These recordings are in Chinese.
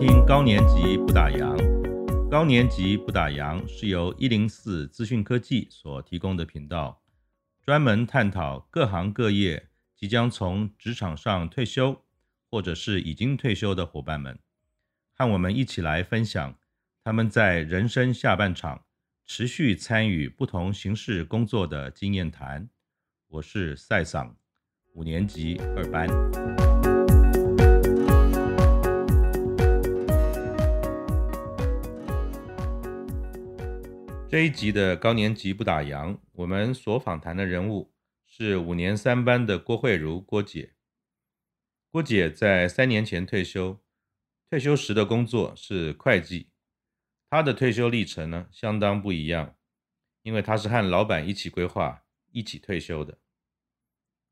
听高年级不打烊。高年级不打烊是由一零四资讯科技所提供的频道，专门探讨各行各业即将从职场上退休，或者是已经退休的伙伴们，和我们一起来分享他们在人生下半场持续参与不同形式工作的经验谈。我是赛桑，五年级二班。这一集的高年级不打烊，我们所访谈的人物是五年三班的郭慧茹郭姐。郭姐在三年前退休，退休时的工作是会计。她的退休历程呢，相当不一样，因为她是和老板一起规划、一起退休的。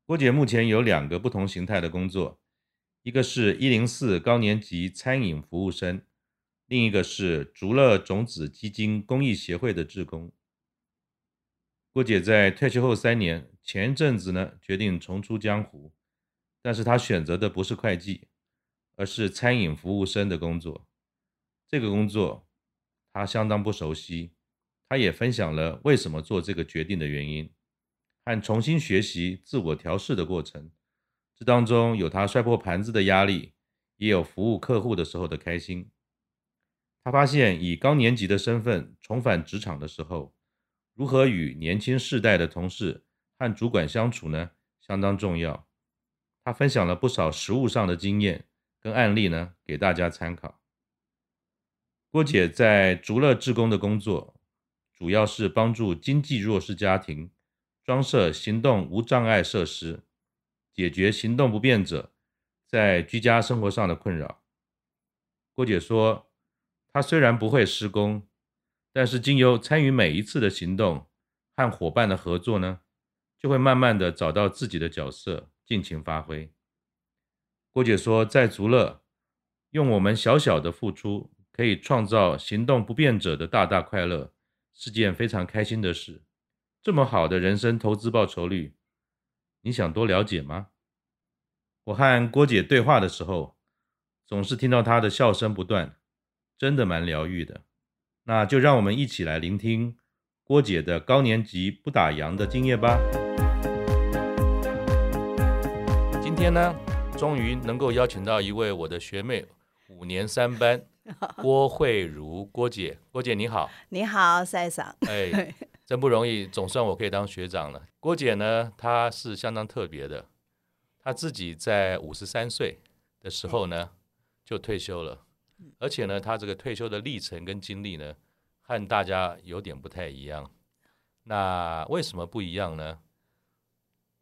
郭姐目前有两个不同形态的工作，一个是一零四高年级餐饮服务生，另一个是竹乐种子基金公益协会的志工。郭姐在退休后三年，前阵子呢决定重出江湖，但是她选择的不是会计，而是餐饮服务生的工作。这个工作她相当不熟悉，她也分享了为什么做这个决定的原因，和重新学习自我调试的过程。这当中有她摔破盘子的压力，也有服务客户的时候的开心。他发现，以高年级的身份重返职场的时候，如何与年轻世代的同事和主管相处呢，相当重要。他分享了不少实务上的经验跟案例呢，给大家参考。郭姐在竹乐志工的工作，主要是帮助经济弱势家庭装设行动无障碍设施，解决行动不便者在居家生活上的困扰。郭姐说，她虽然不会施工，但是经由参与每一次的行动和伙伴的合作呢，就会慢慢的找到自己的角色，尽情发挥。郭姐说，在足乐，用我们小小的付出，可以创造行动不便者的大大快乐，是件非常开心的事。这么好的人生投资报酬率，你想多了解吗？我和郭姐对话的时候，总是听到她的笑声不断，真的蛮疗愈的。那就让我们一起来聆听郭姐的高年级不打烊的经验吧。今天呢，终于能够邀请到一位我的学妹，五年三班郭慧茹郭姐，郭姐你好，你好，赛桑。哎，真不容易，总算我可以当学长了。郭姐呢，她是相当特别的，她自己在五十三岁的时候呢就退休了，而且呢，她这个退休的历程跟经历呢，和大家有点不太一样。那为什么不一样呢？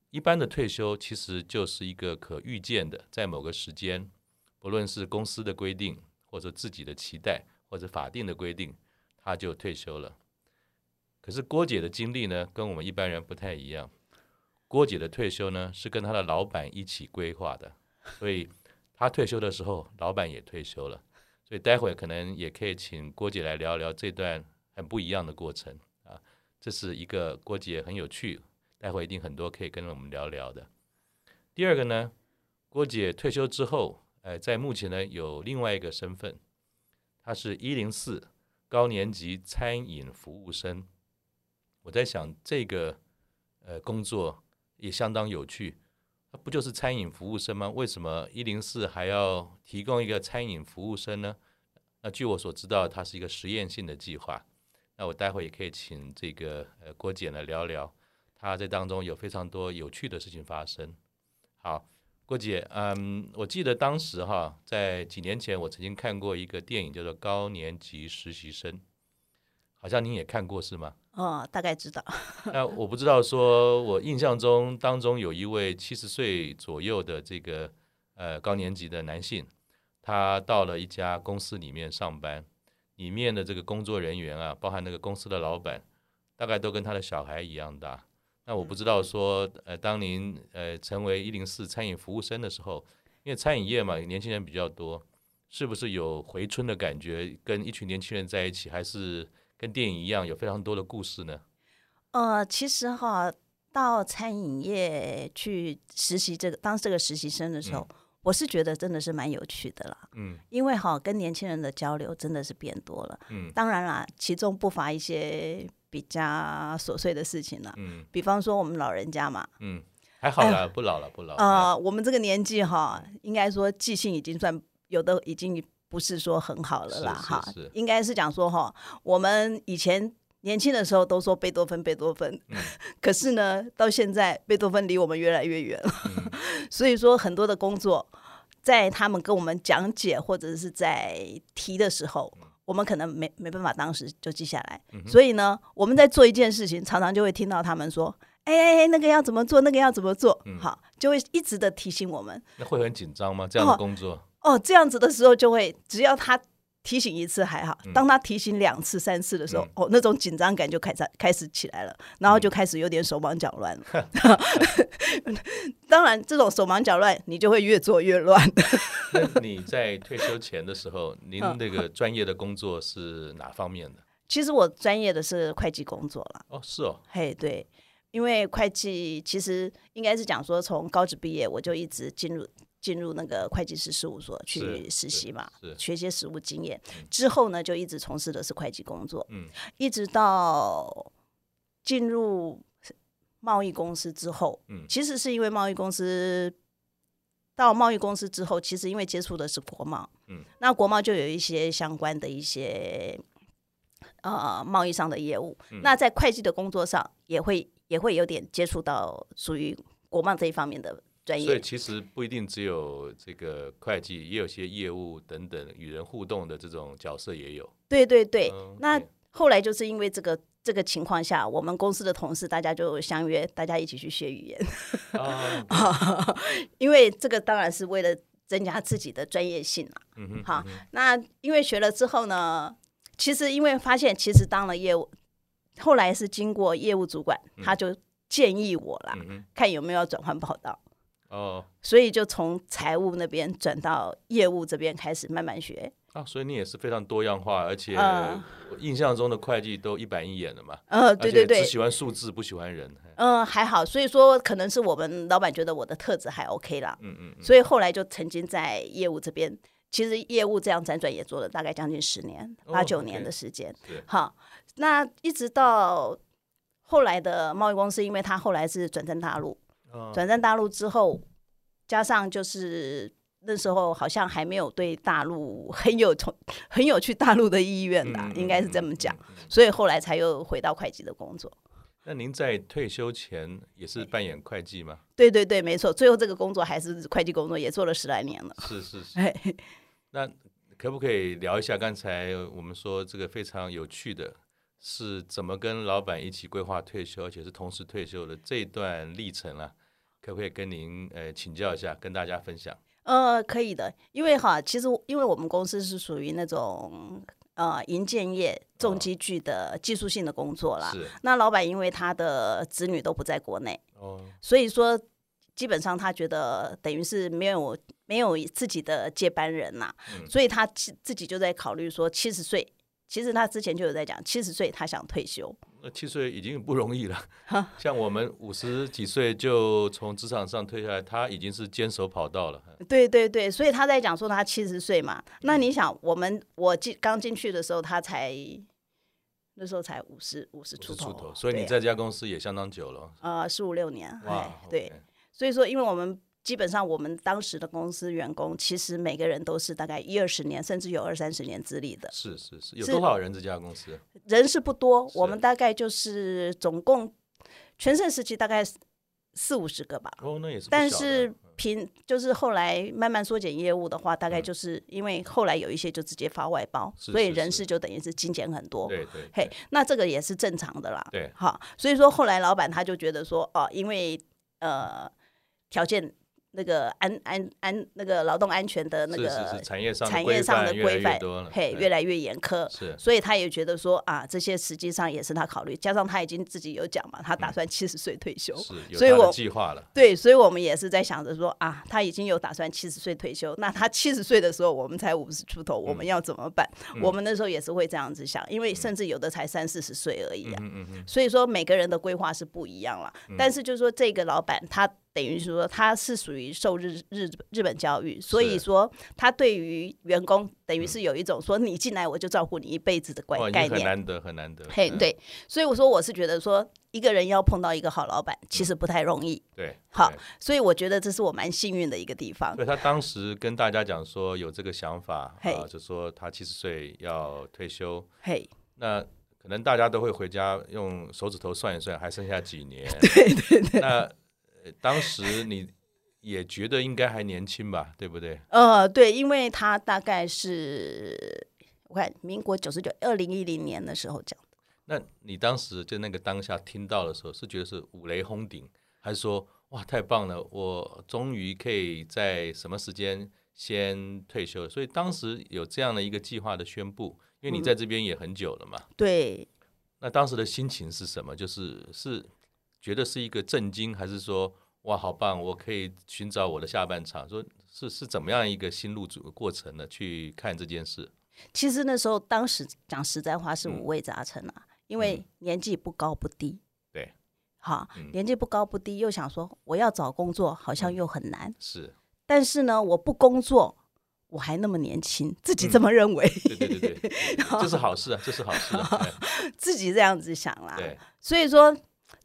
一般的退休其实就是一个可预见的，在某个时间，不论是公司的规定，或者自己的期待，或者法定的规定，她就退休了。可是郭姐的经历呢，跟我们一般人不太一样。郭姐的退休呢，是跟她的老板一起规划的，所以她退休的时候，老板也退休了。所以待会可能也可以请郭姐来聊聊这段很不一样的过程啊，这是一个郭姐很有趣，待会一定很多可以跟我们聊聊的。第二个呢，郭姐退休之后，呃，在目前呢有另外一个身份，她是一零四高年级餐饮服务生。我在想这个呃工作也相当有趣，那不就是餐饮服务生吗？为什么一零四还要提供一个餐饮服务生呢？那据我所知道，它是一个实验性的计划。那我待会也可以请这个呃郭姐来聊聊，她在当中有非常多有趣的事情发生。好，郭姐，嗯，我记得当时哈，在几年前我曾经看过一个电影叫做《高年级实习生》，好像您也看过是吗？哦，大概知道。 那我不知道说，我印象中当中有一位七十岁左右的这个呃高年级的男性，他到了一家公司里面上班，里面的这个工作人员啊，包含那个公司的老板，大概都跟他的小孩一样大。那我不知道说，呃，当您呃成为一零四餐饮服务生的时候，因为餐饮业嘛，年轻人比较多，是不是有回春的感觉？跟一群年轻人在一起，还是跟电影一样有非常多的故事呢？呃，其实哈，到餐饮业去实习这个当这个实习生的时候，我是觉得真的是蛮有趣的啦，嗯因为哈跟年轻人的交流真的是变多了，嗯当然啦，其中不乏一些比较琐碎的事情啦，嗯比方说我们老人家嘛，嗯还好啦，不老了，不哦老了。哎哎呃，我们这个年纪哈，应该说记性已经算有的已经不是说很好了啦是是哈是，应该是讲说哈，我们以前年轻的时候都说贝多芬贝多芬，嗯 可是呢，到现在贝多芬离我们越来越远了，嗯 所以说很多的工作。在他们跟我们讲解或者是在提的时候，嗯我们可能没没办法当时就记下来，所以呢，我们在做一件事情，常常就会听到他们说：“哎哎哎，那个要怎么做，那个要怎么做。嗯好，就会一直的提醒我们。那会很紧张吗？这样的工作， 哦，这样子的时候就会，只要他提醒一次还好，嗯当他提醒两次、三次的时候，哦，那种紧张感就开始开始起来了，嗯然后就开始有点手忙脚乱了。 当然，这种手忙脚乱，你就会越做越乱。 那你在退休前的时候，您那个专业的工作是哪方面的？其实我专业的是会计工作啦，哦，是哦，嘿，对，因为会计其实应该是讲说，从高职毕业我就一直进入进入那个会计师事务所去是实习嘛是，学一些实务经验。之后呢，就一直从事的是会计工作，嗯一直到进入贸易公司之后，嗯其实是因为贸易公司到贸易公司之后，其实因为接触的是国贸，嗯，那国贸就有一些相关的一些呃贸易上的业务，嗯那在会计的工作上也会也会有点接触到属于国贸这一方面的专所以业，其实不一定只有这个会计，也有些业务等等与人互动的这种角色也有。对对对，嗯那对后来就是因为这个。这个情况下，我们公司的同事大家就相约，大家一起去学语言。啊， 因为这个当然是为了增加自己的专业性啦。嗯哼， 好，那因为学了之后呢，其实因为发现其实当了业务，后来是经过业务主管，他就建议我啦，嗯哼，看有没有要转换跑道。哦所以就从财务那边转到业务这边开始慢慢学，啊，所以你也是非常多样化，而且嗯我印象中的会计都一板一眼的嘛。呃，而对对且只对，喜欢数字，不喜欢人。嗯，还好，所以说可能是我们老板觉得我的特质还 OK 啦，嗯嗯嗯，所以后来就曾经在业务这边，其实业务这样辗转也做了大概将近十年、哦八九 OK 年的时间是。好，那一直到后来的贸易公司，因为他后来是转战大陆，哦转战大陆之后，加上就是那时候好像还没有对大陆 很有从很有去大陆的意愿啦，嗯应该是这么讲。。嗯嗯嗯嗯所以后来才又回到会计的工作。那您在退休前也是扮演会计吗？对对对，没错，最后这个工作还是会计工作，也做了十来年了。是是 是。哎，那可不可以聊一下刚才我们说这个非常有趣的，是怎么跟老板一起规划退休，而且是同时退休的这一段历程啊？可不可以跟您呃请教一下，跟大家分享？呃，可以的，因为哈，其实我因为我们公司是属于那种呃营建业重机具的技术性的工作啦。哦是那老板因为他的子女都不在国内，哦，所以说基本上他觉得等于是没有没有自己的接班人呐、嗯所以他自自己就在考虑说七十岁。其实他之前就有在讲，七十岁他想退休，那七岁已经不容易 了，像我们五十几岁就从职场上退下来，他已经是坚守跑道了。对对对，所以他在讲说他七十岁嘛。那嗯你想，我们我进刚进去的时候，他才那时候才五十五十出是头，啊出头，所以你对在这家公司也相当久了。呃十五六年，哎哇，对， OK，所以说，因为我们基本上我们当时的公司员工，其实每个人都是大概一二十年，甚至有二三十年资历的是是是，有是多少人这家公司？人是不多，是我们大概就是总共全盛时期大概四五十个吧，哦，那也是不但小的是平就是后来慢慢缩减业务的话，大概就是因为后来有一些就直接发外包，嗯是所以是人是事就等于是精简很多。对对，嘿，那这个也是正常的啦。对好，所以说后来老板他就觉得说，哦、因为呃条件那个安安安那个劳动安全的那是是个是，产业上的产业上的规范越规来范越多了，嘿对越来越严苛，是所以他也觉得说啊，这些实际上也是他考虑，加上他已经自己有讲嘛，他打嗯算七十岁退休，是有所以他的我计划了，对，所以我们也是在想着说啊，他已经有打算七十岁退休，那他七十岁的时候，我们才五十出头，我嗯们要怎么办？我们那时候也是会这样子想，因为甚至有的才三四十岁而已啊。嗯嗯嗯，嗯所以说每个人的规划是不一样了，但是就是说这个老板他等于是说他是属于受日日日本教育，所是嗯以说他对于员工等于是有一种说你进来我就照顾你一辈子的概哦哇，已概经很念。难得，很难得。嘿，嗯对，所以我说我是觉得说一个人要碰到一个好老板嗯其实不太容易，对，好对所以我觉得这是我蛮幸运的一个地方所。以他当时跟大家讲说有这个想法嘿啊，就说他七十岁要退休，嘿，那可能大家都会回家用手指头算一算，还剩下几年。 对对对。那呃当时你也觉得应该还年轻吧，对不对？呃，对，因为他大概是我看民国九十九二零一零年的时候讲的，那你当时就那个当下听到的时候，是觉得是五雷轰顶，还是说哇太棒了，我终于可以在什么时间先退休？所以当时有这样的一个计划的宣布，因为你在这边也很久了嘛。对，那当时的心情是什么？就是是觉得是一个震惊，还是说哇好棒，我可以寻找我的下半场？说是是怎么样一个心路主过程呢？去看这件事，其实那时候，当时讲实在话是嗯五味杂陈啊，因为年纪不高不低，对，哈，嗯年纪不高不低，又想说我要找工作好像又很难，是但是呢，我不工作，我还那么年轻，自己这嗯么认为， 对对对对，对对这是好事啊，这是好事啊，哎自己这样子想啦， 对所以说，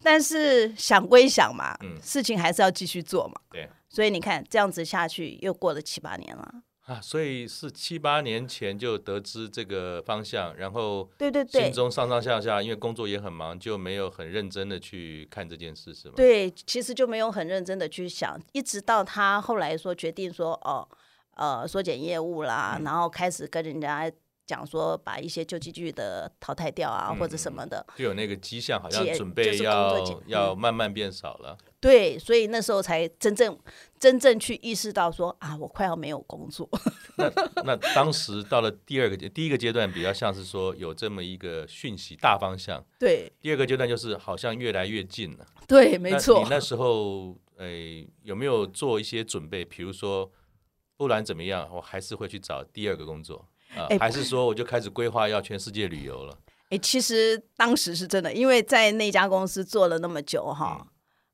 但是想归想嘛，嗯事情还是要继续做嘛，对。所以你看这样子下去，又过了七八年了，啊，所以是七八年前就得知这个方向，然后对对对心，中上上下下，因为工作也很忙，就没有很认真的去看这件事，是吗？对，其实就没有很认真的去想，一直到他后来说决定说哦，呃，缩减业务啦，嗯然后开始跟人家讲说把一些旧机具的淘汰掉啊，嗯或者什么的。就有那个迹象，好像解准备就是工要、作解要嗯慢慢变少了。对，所以那时候才真正真正去意识到说啊，我快要没有工作。 那那当时到了第二个阶，第一个阶段比较像是说有这么一个讯息大方向，对第二个阶段就是好像越来越近了。对，没那错你。那时候诶、呃有没有做一些准备？比如说，不然怎么样，我还是会去找第二个工作啊、哎还是说我就开始规划要全世界旅游了？哎、其实当时是真的，因为在那家公司做了那么久哈，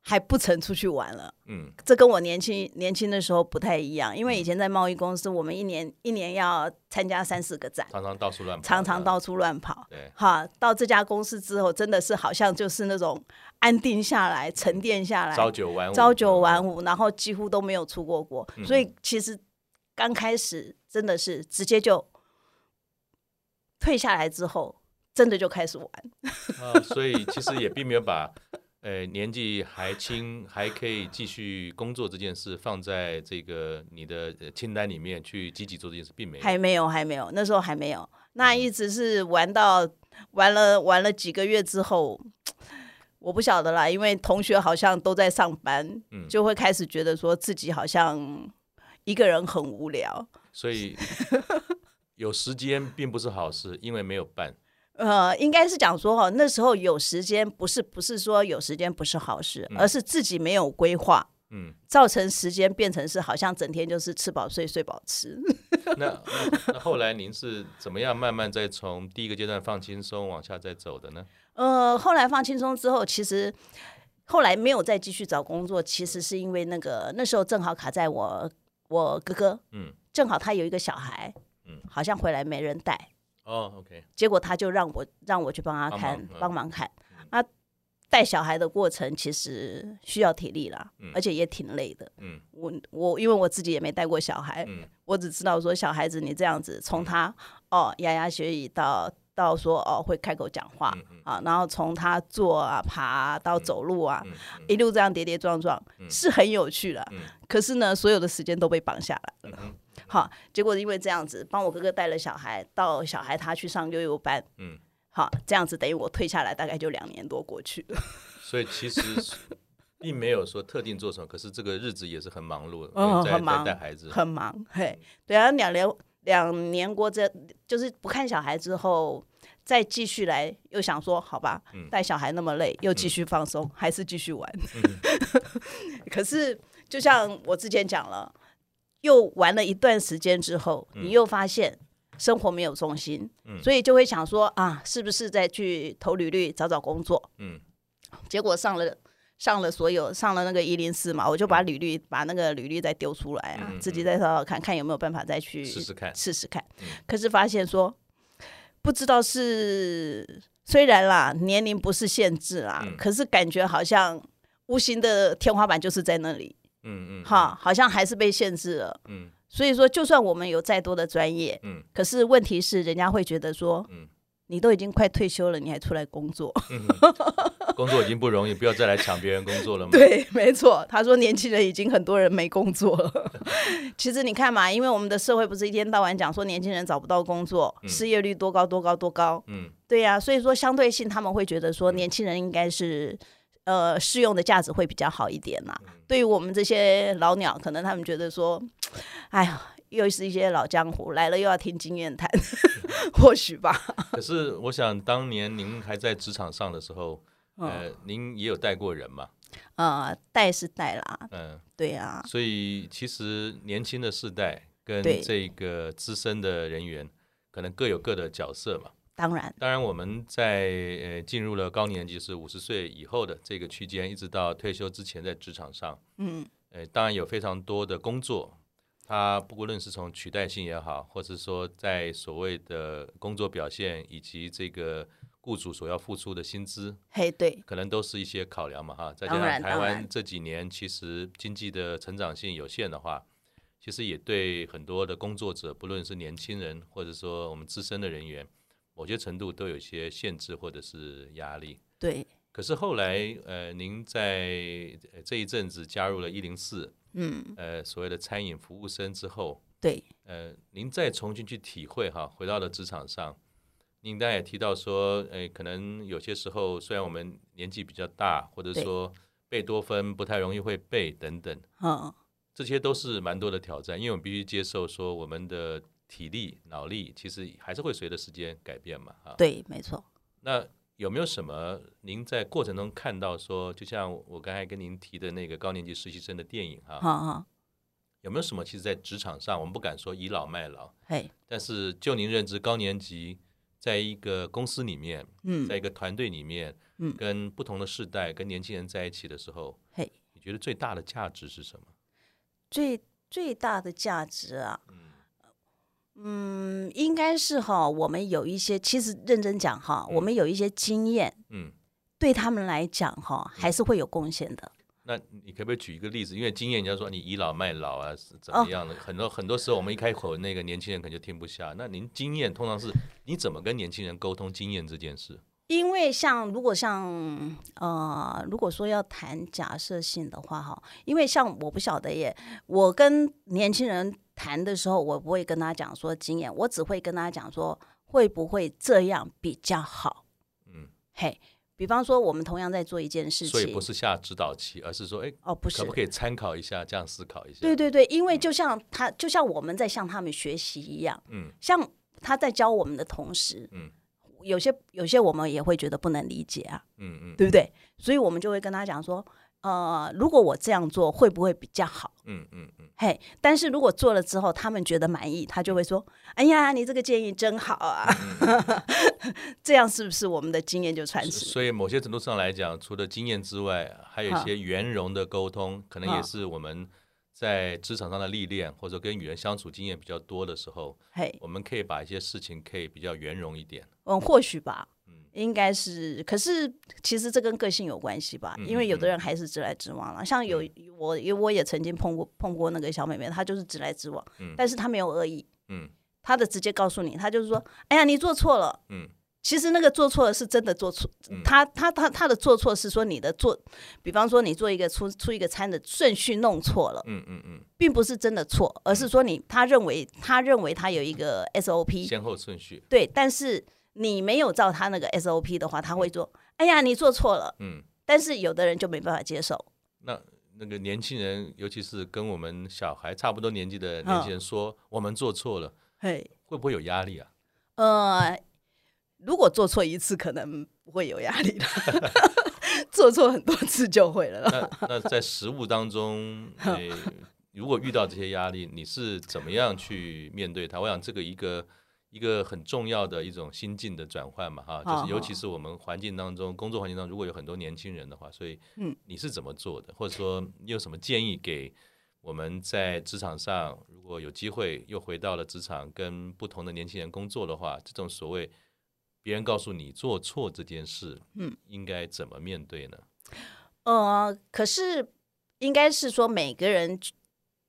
还不曾出去玩了。嗯，这跟我年轻年轻的时候不太一样，因为以前在贸易公司，我们一年一年要参加三四个展，常常到处乱跑，常常到处乱跑。对哈，到这家公司之后，真的是好像就是那种安定下来、沉淀下来，朝九晚五，朝九晚五，然后几乎都没有出过国，嗯所以其实刚开始真的是直接就退下来之后，真的就开始玩。啊，所以其实也并没有把，呃，年纪还轻还可以继续工作这件事放在这个你的呃清单里面去积极做这件事，并没有。还没有，还没有，那时候还没有。那一直是玩到玩了玩了几个月之后，我不晓得啦，因为同学好像都在上班，嗯就会开始觉得说自己好像一个人很无聊。所以有时间并不是好事，因为没有伴。呃，应该是讲说哈，那时候有时间不是不是说有时间不是好事，而是自己没有规划， 嗯，造成时间变成是好像整天就是吃饱睡睡饱吃。那那那后来您是怎么样慢慢再从第一个阶段放轻松往下再走的呢？呃，后来放轻松之后，其实后来没有再继续找工作，其实是因为那个那时候正好卡在我我哥哥，嗯，正好他有一个小孩，嗯，好像回来没人带，哦，OK，结果他就让我让我去帮他帮看忙嗯帮忙看啊。带小孩的过程其实需要体力啦，而且也挺累的。嗯我我因为我自己也没带过小孩，嗯我只知道说小孩子你这样子从他哦牙牙学语到到说哦会开口讲话、嗯嗯啊，然后从他坐啊爬啊到走路啊，嗯一路这样跌跌撞撞、是很有趣的。嗯可是呢，所有的时间都被绑下来了。嗯好，结果因为这样子，帮我哥哥带了小孩到小孩他去上幼幼班，嗯，好，这样子等于我退下来大概就两年多过去了。所以其实并没有说特定做什么，可是这个日子也是很忙碌的，嗯因为在很忙在带孩子，很忙，嘿，对啊，两年两年过这就是不看小孩之后，再继续来又想说，好吧，带小孩那么累，又继续放松，还是继续玩。 可是就像我之前讲了，又玩了一段时间之后，你又发现。生活没有重心，所以就会想说啊，是不是再去投履历找找工作？嗯结果上了上了所有上了那个一零四嘛，我就把履历把那个履历再丢出来啊，嗯嗯嗯自己再找找看看有没有办法再去试试看试试看嗯。可是发现说，不知道是虽然啦，年龄不是限制啦，嗯可是感觉好像无形的天花板就是在那里，嗯嗯，哈，好像还是被限制了。嗯，所以说，就算我们有再多的专业，嗯可是问题是，人家会觉得说，嗯你都已经快退休了，你还出来工作？嗯，工作已经不容易，不要再来抢别人工作了嘛。对，没错。他说，年轻人已经很多人没工作了。 其实你看嘛，因为我们的社会不是一天到晚讲说年轻人找不到工作，嗯失业率多高多高多高，嗯对呀、所以说相对性他们会觉得说年轻人应该是。呃，适用的价值会比较好一点啦、对于我们这些老鸟，可能他们觉得说，哎呀，又是一些老江湖来了，又要听经验谈， 或许吧。可是我想，当年您还在职场上的时候，嗯呃，您也有带过人嘛，呃，带是带啦，嗯，对啊呀、所以其实年轻的世代跟对这个资深的人员，可能各有各的角色嘛。当然，当然，我们在呃进入了高年级，是五十岁以后的这个区间，一直到退休之前，在职场上，嗯，呃，当然有非常多的工作，它不论是从取代性也好，或是说在所谓的工作表现以及这个雇主所要付出的薪资，嘿，对，可能都是一些考量嘛哈。再加当上然台当湾然这几年其实经济的成长性有限的话，其实也对很多的工作者，不论是年轻人或者说我们资深的人员，某些程度都有一些限制或者是压力。对，可是后来，嗯呃，您在呃这一阵子加入了一零四，嗯，呃所谓的餐饮服务生之后，对，呃，您再重新去体会哈，回到了职场上，您刚才也提到说，呃，可能有些时候虽然我们年纪比较大，或者对说贝多芬不太容易会背等等，嗯，这些都是蛮多的挑战，因为我们必须接受说我们的体力、脑力其实还是会随着时间改变嘛，哈。对，没错。那有没有什么您在过程中看到说，就像我刚才跟您提的那个高年级实习生的电影哈、哈哈，有没有什么其实，在职场上我们不敢说倚老卖老，嘿，但是就您认知，高年级在一个公司里面，嗯在一个团队里面，嗯跟不同的世代、跟年轻人在一起的时候，嘿，你觉得最大的价值是什么？最最大的价值啊，嗯，应该是哈，我们有一些，其实认真讲哈，我们有一些经验，嗯，对他们来讲哈，还是会有贡献的。那你可不可以举一个例子？因为经验，人家说你倚老卖老啊，是怎哦么样的？很多很多时候，我们一开口，那个年轻人可能就听不下。那您经验通常是你怎么跟年轻人沟通经验这件事？因为像如果像呃，如果说要谈假设性的话哈，因为像我不晓得耶，我跟年轻人谈的时候，我不会跟他讲说经验，我只会跟他讲说会不会这样比较好。嗯，嘿，比方说我们同样在做一件事情，所以不是下指导棋，而是说，哎，哦，不是，可不可以嗯参考一下，这样思考一下？对对对，因为就像他，就像我们在向他们学习一样，嗯，像他在教我们的同时，嗯，有些有些我们也会觉得不能理解啊，嗯嗯对不对？所以我们就会跟他讲说，呃，如果我这样做会不会比较好？嗯嗯嗯，嘿，但是如果做了之后他们觉得满意，他就会说：“哎呀，你这个建议真好啊！” 这样是不是我们的经验就传承？所以某些程度上来讲，除了经验之外，还有一些圆融的沟通，可能也是我们在职场上的历练，或者跟与人相处经验比较多的时候，嘿，我们可以把一些事情可以比较圆融一点。嗯，或许吧，应该是。可是其实这跟个性有关系吧，嗯因为有的人还是直来直往了。像有我，因为我也曾经碰过碰过那个小妹妹，她就是直来直往，嗯但是她没有恶意，嗯她的直接告诉你，她就是说，哎呀，你做错了。嗯其实那个做错了是真的做错，她她她她的做错是说你的做，比方说你做一个出出一个餐的顺序弄错了，嗯嗯嗯，并不是真的错，而是说你她认为她认为她有一个 SOP，先后顺序。对，但是你没有照他那个 SOP 的话，他会说：“哎呀，你做错了。嗯，”但是有的人就没办法接受，那那个年轻人，尤其是跟我们小孩差不多年纪的年轻人说，我们做错了，嘿，会不会有压力啊？呃，如果做错一次，可能不会有压力了； 做错很多次就会了。那那在实务当 中，呃，如果遇到这些压力，你是怎么样去面对它？我想这个一个一个很重要的一种心境的转换嘛，哈，好就是尤好其是我们环境当中，工作环境当中如果有很多年轻人的话，所以嗯你是怎么做的，或者说你有什么建议给我们在职场上，如果有机会又回到了职场，跟不同的年轻人工作的话，这种所谓别人告诉你做错这件事，嗯，应该怎么面对呢？呃，可是应该是说每个人去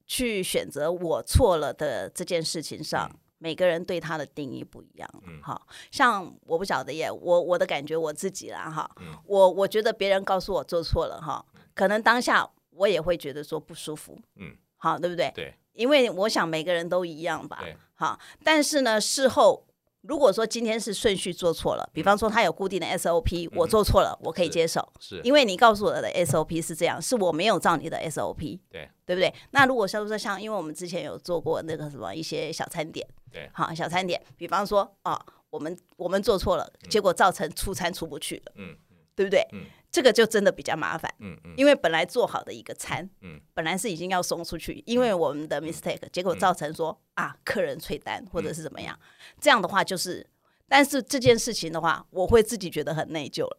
去选择我错了的这件事情上，每个人对他的定义不一样。嗯好像我不晓得耶，我我的感觉我自己啦哈，嗯我我觉得别人告诉我做错了哈，可能当下我也会觉得说不舒服，嗯，好对不对？对，因为我想每个人都一样吧对，好，但是呢，事后如果说今天是顺序做错了，比方说他有固定的 SOP，、我做错了，我可以嗯是接受，是，因为你告诉我的 SOP 是这样，是我没有照你的 SOP，对对不对？那如果像说像，因为我们之前有做过那个什么一些小餐点，对好小餐点，比方说啊，我们我们做错了，结果造成出餐出不去了，嗯对不对？嗯这个就真的比较麻烦，嗯嗯，因为本来做好的一个餐，嗯本来是已经要送出去，因为我们的 mistake，结果造成说啊，客人退单或嗯者是怎么样，这样的话就是。但是这件事情的话，我会自己觉得很内疚了。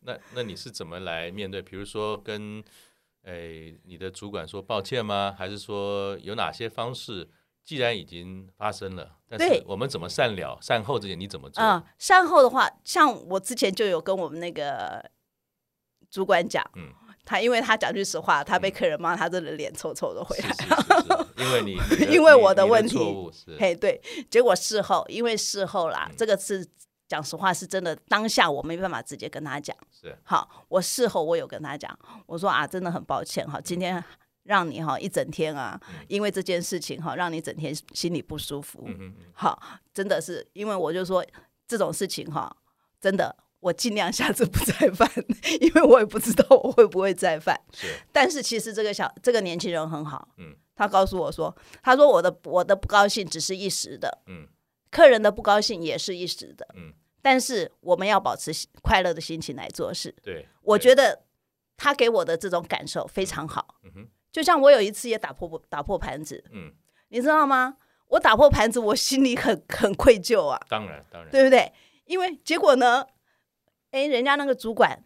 那那你是怎么来面对？比如说跟诶、你的主管说抱歉吗？还是说有哪些方式？既然已经发生了，但对是我们怎么善了善后这些你怎么做？啊、善后的话，像我之前就有跟我们那个主管讲，嗯他因为他讲句实话，他被客人骂，他真的脸臭臭的回是来。是是 是，因为你你的因为你我的你的嗯问题错误是嘿，对，结果事后，因为事后啦，这个是讲实话，是真的，当下我没办法直接跟他讲。是好，我事后我有跟他讲，我说啊，真的很抱歉哈，今嗯天让你哈一整天啊，因为这件事情哈，让你整天心里不舒服。嗯嗯嗯好，真的是因为我就说这种事情哈，真的我尽量下次不再犯， 因为我也不知道我会不会再犯。是但是其实这个小这个年轻人很好，嗯他告诉我说，他说我的我的不高兴只是一时的，嗯客人的不高兴也是一时的，嗯但是我们要保持心快乐的心情来做事。对，我对觉得他给我的这种感受非常好，嗯哼就像我有一次也打破打破盘子，嗯，你知道吗？我打破盘子，我心里很很愧疚啊。当然当然对不对？因为结果呢，哎，人家那个主管，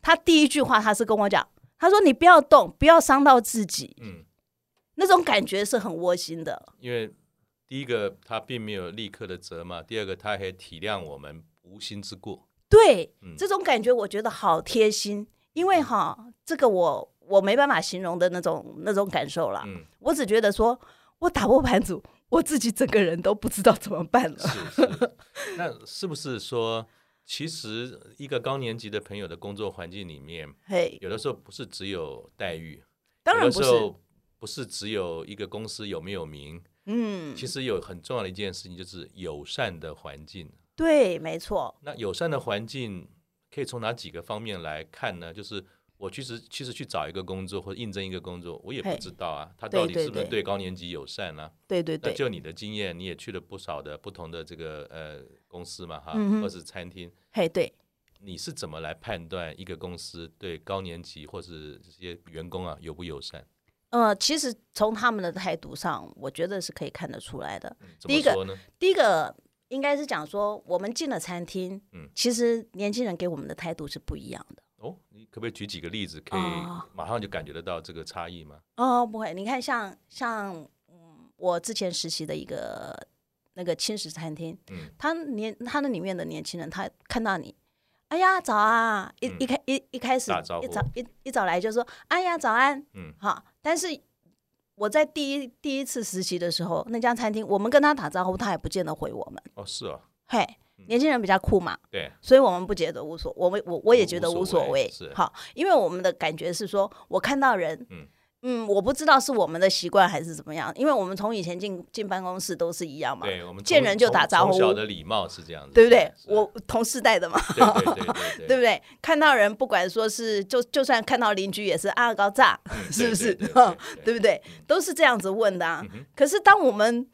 他第一句话他是跟我讲，他说你不要动，不要伤到自己，嗯，那种感觉是很窝心的。因为第一个他并没有立刻的责骂，第二个他还体谅我们无心之过，对，嗯这种感觉我觉得好贴心，因为哈，这个我我没办法形容的那种那种感受啦。嗯我只觉得说我打破盘子，我自己整个人都不知道怎么办了。是是， 那是不是说，其实一个高年级的朋友的工作环境里面，嘿，有的时候不是只有待遇，当然有不的时是，候不是只有一个公司有没有名，嗯，其实有很重要的一件事情就是友善的环境。对，没错，那友善的环境可以从哪几个方面来看呢？就是我其实其实去找一个工作或者应征一个工作，我也不嘿知道啊，他对到底对是不是对对高年级友善啊呢、对对那对，就你的经验，你也去了不少的不同的这个呃公司嘛哈，嗯哼或是餐厅，嘿，对，你是怎么来判断一个公司对高年级或是这些员工啊友不友善？呃，其实从他们的态度上，我觉得是可以看得出来的。怎嗯第么一个说呢？第一个应该是讲说，我们进了餐厅，嗯其实年轻人给我们的态度是不一样的。哦，你可不可以举几个例子，可以哦马上就感觉得到这个差异吗？哦，不会，你看像像嗯，我之前实习的一个那个轻食餐厅，嗯他年他那里面的年轻人，他看到你。哎呀，早啊！一、一开一一开始嗯打招呼一早一一早来就说，哎呀，早安，嗯，好。但是我在第一第一次实习的时候，那家餐厅，我们跟他打招呼，他也不见得回我们。哦，是哦，嘿，年轻人比较酷嘛，对，所以我们不觉得无所，我们我我也觉得无无所所谓谓是，好，因为我们的感觉是说，我看到人，嗯嗯我不知道是我们的习惯还是怎么样，因为我们从以前进进办公室都是一样嘛，对我们见从人就打从招呼从小的礼貌是这样子，对不对？是我同世代的嘛，对对对对对 对不对？看到人，不管说是就就算看到邻居，也是啊高炸，是不是嗯对对对？对对不对？都是这样子问的啊嗯哼。可是当我们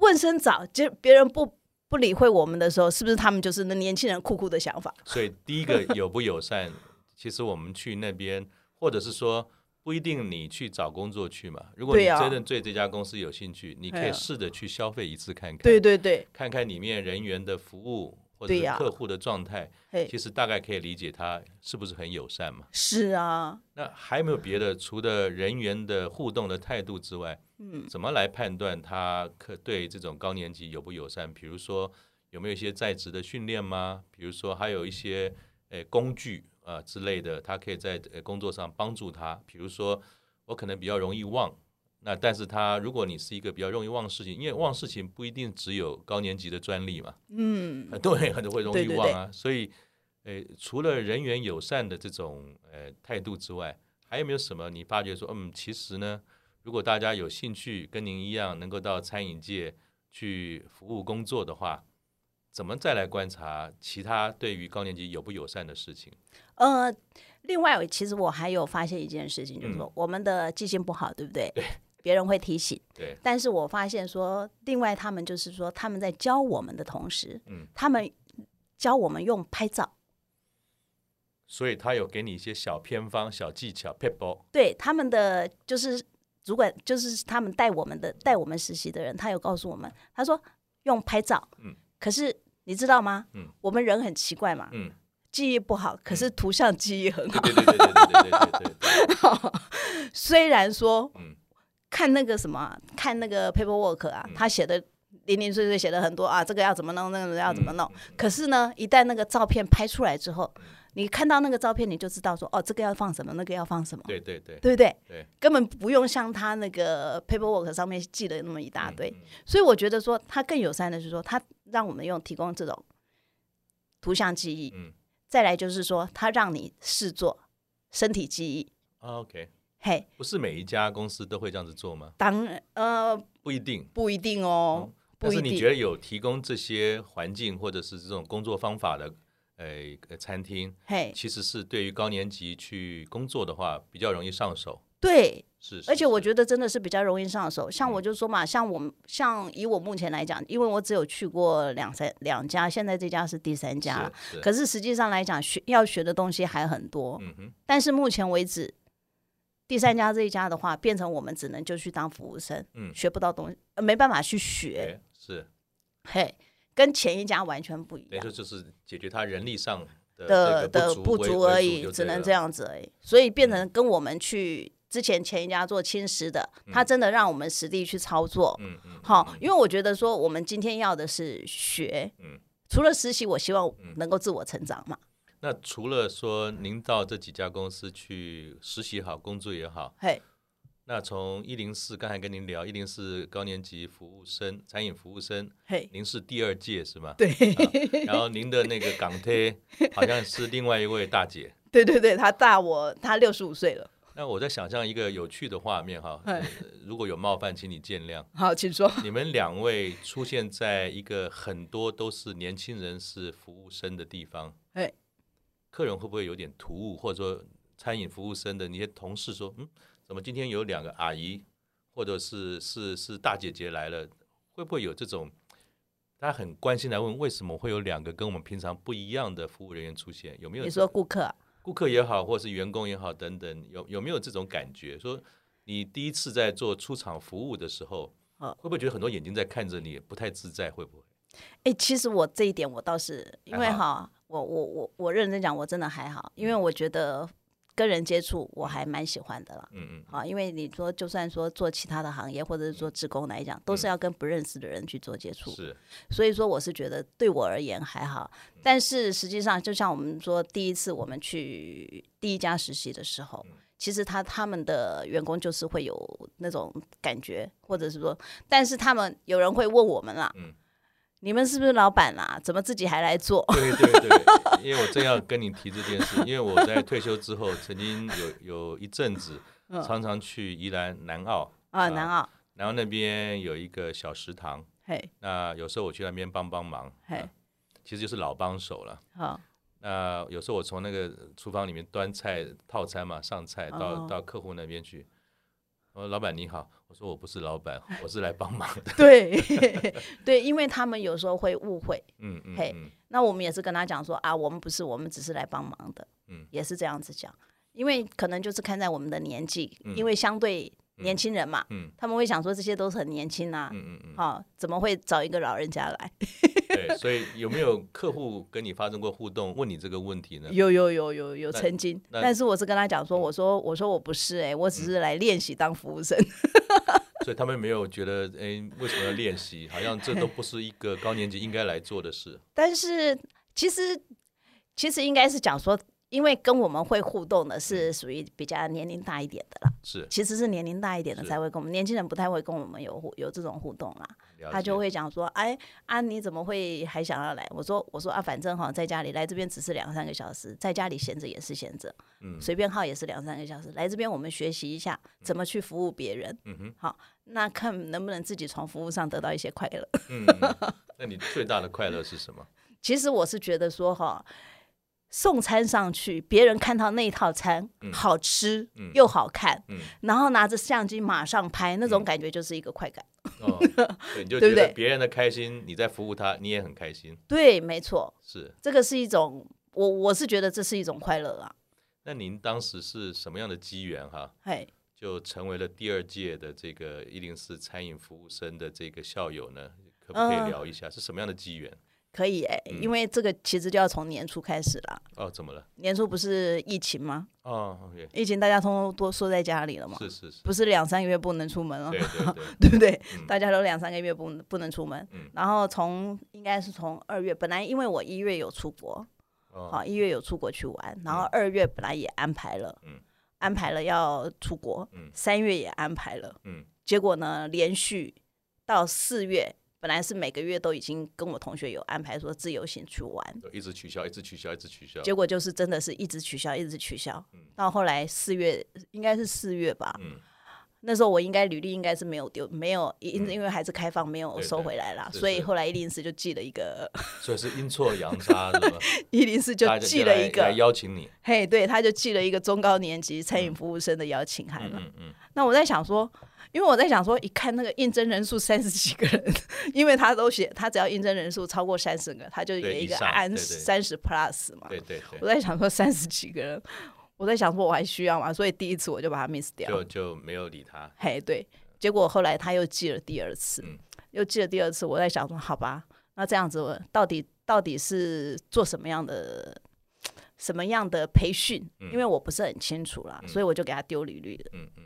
问声早，就别人不不理会我们的时候，是不是他们就是那年轻人酷酷的想法？ 所以第一个友不友善，其实我们去那边，或者是说不一定你去找工作去嘛。如果你对啊真的对这家公司有兴趣，你可哎以呀试着去消费一次看看，对对对，看看里面人员的服务或者对是呀客户的状态，嘿其，实大概可以理解他是不是很友善嘛。是啊，那还有没有别的，除了人员的互动的态度之外，嗯，怎么来判断他可对这种高年级友不友善？比如说有没有一些在职的训练吗？比如说还有一些呃工具啊、呃之类的，他可以在呃工作上帮助他。比如说我可能比较容易忘，那但是他如果你是一个比较容易忘事情，因为忘事情不一定只有高年级的专利嘛，嗯，很多人也很会容对易对忘啊。所以呃除了人员友善的这种呃态度之外，还有没有什么你发觉说嗯其实呢？如果大家有兴趣跟您一样能够到餐饮界去服务工作的话，怎么再来观察其他对于高年级友不友善的事情？呃，另外，其实我还有发现一件事情，就是嗯说我们的记性不好，对不对？别人会提醒，对，但是我发现说，另外他们就是说他们在教我们的同时，嗯，他们教我们用拍照，所以他有给你一些小偏方、小技巧 p e p l e 对他们的就是主管，就是他们带我们的带我们实习的人，他有告诉我们，他说用拍照，嗯，可是你知道吗？嗯，我们人很奇怪嘛， 嗯，记忆不好，可是图像记忆很好。对对对对对对对对对， 虽然说，嗯看那个什么啊，看那个 paperwork 啊，嗯他写的零零碎碎写的很多啊，这个要怎么弄，那个要怎么弄。嗯可是呢，一旦那个照片拍出来之后，你看到那个照片，你就知道说，哦，这个要放什么，那个要放什么，对对对对不对？对，根本不用像他那个 paperwork 上面记了那么一大堆。嗯，所以我觉得说，他更友善的是说，他让我们用提供这种图像记忆，嗯再来就是说，他让你试做身体记忆，啊，OK，嘿。不是每一家公司都会这样子做吗？当然呃不一定。不一定哦，但不一是定。你觉得有提供这些环境或者是这种工作方法的，呃，呃餐厅嘿，其实是对于高年级去工作的话，比较容易上手。对，是，是嗯而且我得觉得真的是比较容易上手。像我就说嘛，像我们像以我目前来讲，因为我只有去过两三两家，现在这家是第三家了。是，是啊可是实际上来讲，学要学的东西还很多。嗯哼，但是目前为止，第三家这一家的话，变成我们只能就去当服务生，嗯学不到东西，呃没办法去学。哎，是，嘿，跟前一家完全不一等于样说。就是解决他人力上的的这的个不不足足而已，只能这样。样子而已。所以嗯变成跟我们去之前前一家做侵蚀的，他真的让我们实地去操作。嗯嗯，好，因为我觉得说我们今天要的是学，嗯除了实习，我希望能够自我成长嘛。那除了说您到这几家公司去实习也好，工作也好，嘿，那从一零四刚才跟您聊一零四高年级服务生、餐饮服务生，嘿，您是第二届是吗？对，然后您的那个 港推好像是另外一位大姐。对对对，他大我，他六十五岁了。那我在想象一个有趣的画面 哈，哎呃如果有冒犯，请你见谅。好，请说。你们两位出现在一个很多都是年轻人是服务生的地方，哎，客人会不会有点突兀？或者说餐饮服务生的那些同事说，嗯，怎么今天有两个阿姨，或者是是是大姐姐来了，会不会有这种？大家很关心来问，为什么会有两个跟我们平常不一样的服务人员出现？有没有？你说顾客啊，顾客也好，或是员工也好，等等，有有没有这种感觉？说你第一次在做出场服务的时候，啊会不会觉得很多眼睛在看着你，不太自在？会不会？哎，其实我这一点我倒是因为还好哈，我我我我认真讲，我真的还好，因为我觉得跟人接触我还蛮喜欢的啦。嗯嗯，啊，因为你说就算说做其他的行业或者是做职工来讲，都是要跟不认识的人去做接触，嗯是，所以说我是觉得对我而言还好。嗯但是实际上，就像我们说，第一次我们去第一家实习的时嗯候，其实他他们的员工就是会有那种感觉，或者是说，但是他们有人会问我们啦，嗯你们是不是老板啦？怎么自己还来做？啊对对对，因为我正要跟你提这件事，因为我在退休之后，曾经有有一阵子常常去宜兰南澳啊，难，熬，南澳那边有一个小食堂，嘿，那有时候我去那边帮帮忙，嘿啊其实就是老帮手了。好，那有时候我从那个厨房里面端菜套餐嘛，上菜到、哦到客户那边去。我说：“老板你好，我说我不是老板， 我是来帮忙 的。对对，因为他们有时候会误会。嗯嗯嘿嗯那我们也是跟他讲说啊，我们不是，我们只是来帮忙的，嗯也是这样子讲。因为可能就是看在我们的年纪，嗯因为相对年轻人嘛，嗯他们会想说这些都是很年轻啊，嗯嗯嗯，好、怎么会找一个老人家来？对，所以有没有客户跟你发生过互动，问你这个问题呢？有有有有有啊那曾经，那嗯但是我是跟他讲说，我说我说我不是哎、我只是来练习当服务生。 所以他们没有觉得，哎，为什么要练习？好像这都不是一个高年级应该来做的事。但是其实其实应该是讲说，因为跟我们会互动的嗯是属于比较年龄大一点的啦，是，其实是年龄大一点的是才会跟我们，年轻人不太会跟我们有互有这种互动啦。啊了他就解会讲说，哎啊，你怎么会还想要来？我说我说啊，反正哈，在家里来这边只是两三个小时，在家里闲着也是闲着，嗯随便耗也是两三个小时，来这边我们学习一下怎么去服务别人，嗯哼，那看能不能自己从服务上得到一些快乐。 嗯，嗯那你最大的快乐是什么？其实我是觉得说哈，送餐上去，别人看到那套餐、嗯好吃、嗯又好看， 嗯，然后拿着相机马上拍，那种感觉就是一个快感。哦，对，你就对觉不得对别人的开心，你在服务他，你也很开心。对，没错，是，这个是一种我我是觉得这是一种快乐啊。那您当时是什么样的机缘哈，嘿，就成为了第二届的这个一零四餐饮服务生的这个校友呢？可不可以嗯聊一下、是什么样的机缘？可以哎、嗯因为这个其实就要从年初开始啦。哦，怎么了？年初不是疫情吗？哦，OK，疫情大家通通都缩在家里了嘛，是是是，不是两三个月不能出门了哦对，对对， 对不对？嗯大家都两三个月不不能出门，嗯然后从应该是从二月，本来因为我一月有出国，哦，好一月有出国去玩，然后二月本来也安排了，嗯安排了要出国嗯，三、月也安排了，嗯结果呢，连续到四月，本来是每个月都已经跟我同学有安排说自由行去玩，就一直取消，一直取消，一直取消。结果就是真的是一直取消，一直取消啊嗯，到后来四月应该是四月吧，嗯，那时候我应该履历应该是没有丢，没有因嗯因为还是开放，没有对收对回来啦，是所以是后来一零四就寄了一个， 所以是阴错阳差，是吧？一零 四就大家寄来了一来个，邀请你，嘿，对，他就寄了一个中高年级餐饮服务生的邀请函嗯了。嗯嗯，那我在想说，因为我在想说，一看那个应征人数三十几个人，因为他都写，他只要应征人数超过三十个，他就对给以一个上按对对三十 plus 嘛。对对对我。在想说三十几个人，我在想说我还需要吗？所以第一次我就把它 miss 掉。就就没有理他。嘿，对，结果后来他又寄了第二次，嗯又寄了第二次，我在想说，好吧，那这样子我到底到底是做什么样的什么样的培训？因为我不是很清楚啦，所以我就给他丢履历了。嗯嗯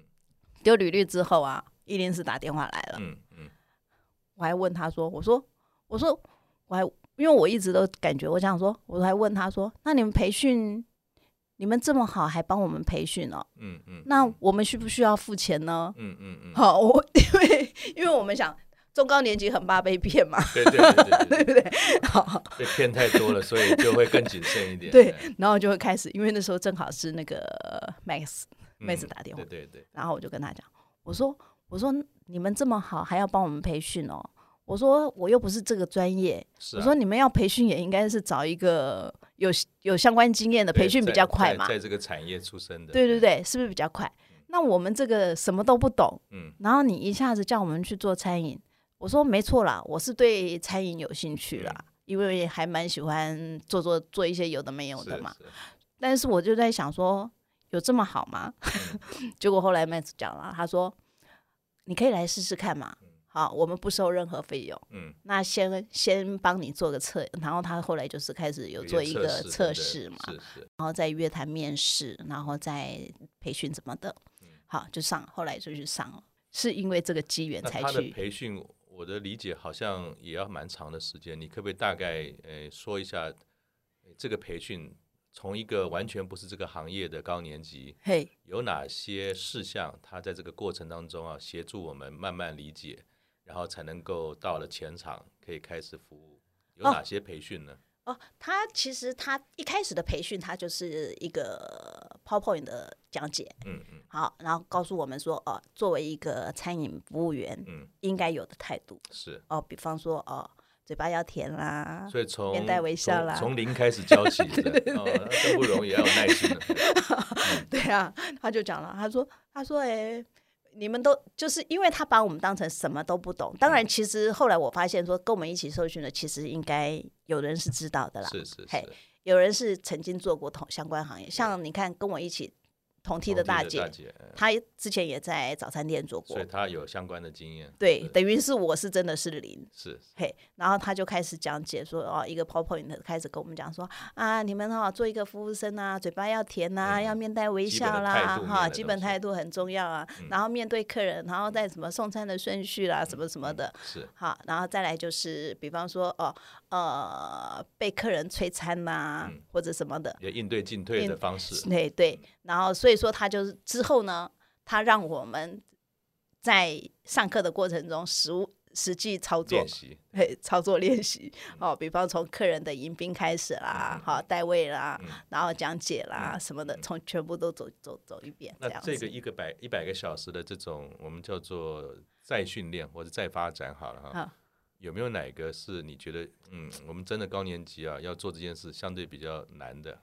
丢履历之后啊，一零四打电话来了，嗯嗯，我还问他说，我说我说我还因为我一直都感觉，我想说，我还问他说，那你们培训？你们这么好，还帮我们培训哦？嗯嗯，那我们需不需要付钱呢？嗯嗯嗯，好，我因为因为我们想中高年级很怕被骗嘛， 对对对对对，对不对？ 好，被骗太多了，所以就会更谨慎一点。嗯 对，然后就会开始，因为那时候正好是那个 Max 嗯 Max 打电话，对对对，然后我就跟他讲，我说我说你们这么好，还要帮我们培训哦。我说我又不是这个专业，是啊。我说你们要培训也应该是找一个有有相关经验的培训比较快嘛在，在这个产业出身的，对对，对，是不是比较快？那我们这个什么都不懂，嗯然后你一下子叫我们去做餐饮，我说没错啦，我是对餐饮有兴趣啦，嗯因为还蛮喜欢做做做一些有的没有的是嘛。是但是我就在想说，有这么好吗？嗯 结果后来 Max 讲了，他说你可以来试试看嘛。好，我们不收任何费用，嗯那先先帮你做个测，然后他后来就是开始有一做一个测测试试对嘛，对是是，然后再约谈面试，然后再培训什么的。嗯好，就上，后来就去上了，是因为这个机缘那才他的去。培训，我的理解好像也要蛮长的时间，你可不可以大概呃说一下呃这个培训？从一个完全不是这个行业的高年级，嘿，有哪些事项，他在这个过程当中啊，协助我们慢慢理解，然后才能够到了前场可以开始服务。有哦哪些培训呢？哦，他其实他一开始的培训，他就是一个 PowerPoint 的讲解，嗯嗯好，然后告诉我们说，哦，作为一个餐饮服务员嗯，应该有的态度，是。哦，比方说，哦，嘴巴要甜啦，所以从啊面带微笑啦从从零开始教 起，是吧哦，那真不容易，要有耐心的。 对啊，他就讲了，他说，他说，哎、你们都就是因为他把我们当成什么都不懂，当然，其实后来我发现说，跟我们一起受训的，其实应该有人是知道的啦，是是嘿是，有人是曾经做过同相关行业，像你看跟我一起同梯同的梯大的姐，大姐，嗯她之前也在早餐店做过所以，她有相关的经验。对，是等于是我是真的是零。是嘿，然后他就开始讲解说，哦，一个 PowerPoint 开始跟我们讲说，啊，你们哈、做一个服务生啊，嘴巴要甜呐、嗯要面带微基本的笑态啦度，面哈，的基东本西嗯态度很重要啊。然后面对客人，然后再什么送餐的顺序啦，什么嗯什么的，是好，然后再来就是，比方说哦，呃，被客人催餐呐、嗯或者什么的，也应对进退应的方式。对对。然后所以说，他就是之后呢，他让我们在上课的过程中实物实际操作练，习对， 操作练习哦，比方从客人的迎宾开始啦，好带位啦，嗯然后讲解啦什么的，从全部都走走走一遍，这那样这个子。一个百一百个小时的这种，我们叫做再训练或者再发展好了哈。好有没有哪个是你觉得，嗯，我们真的高年级啊要做这件事相对比较难的？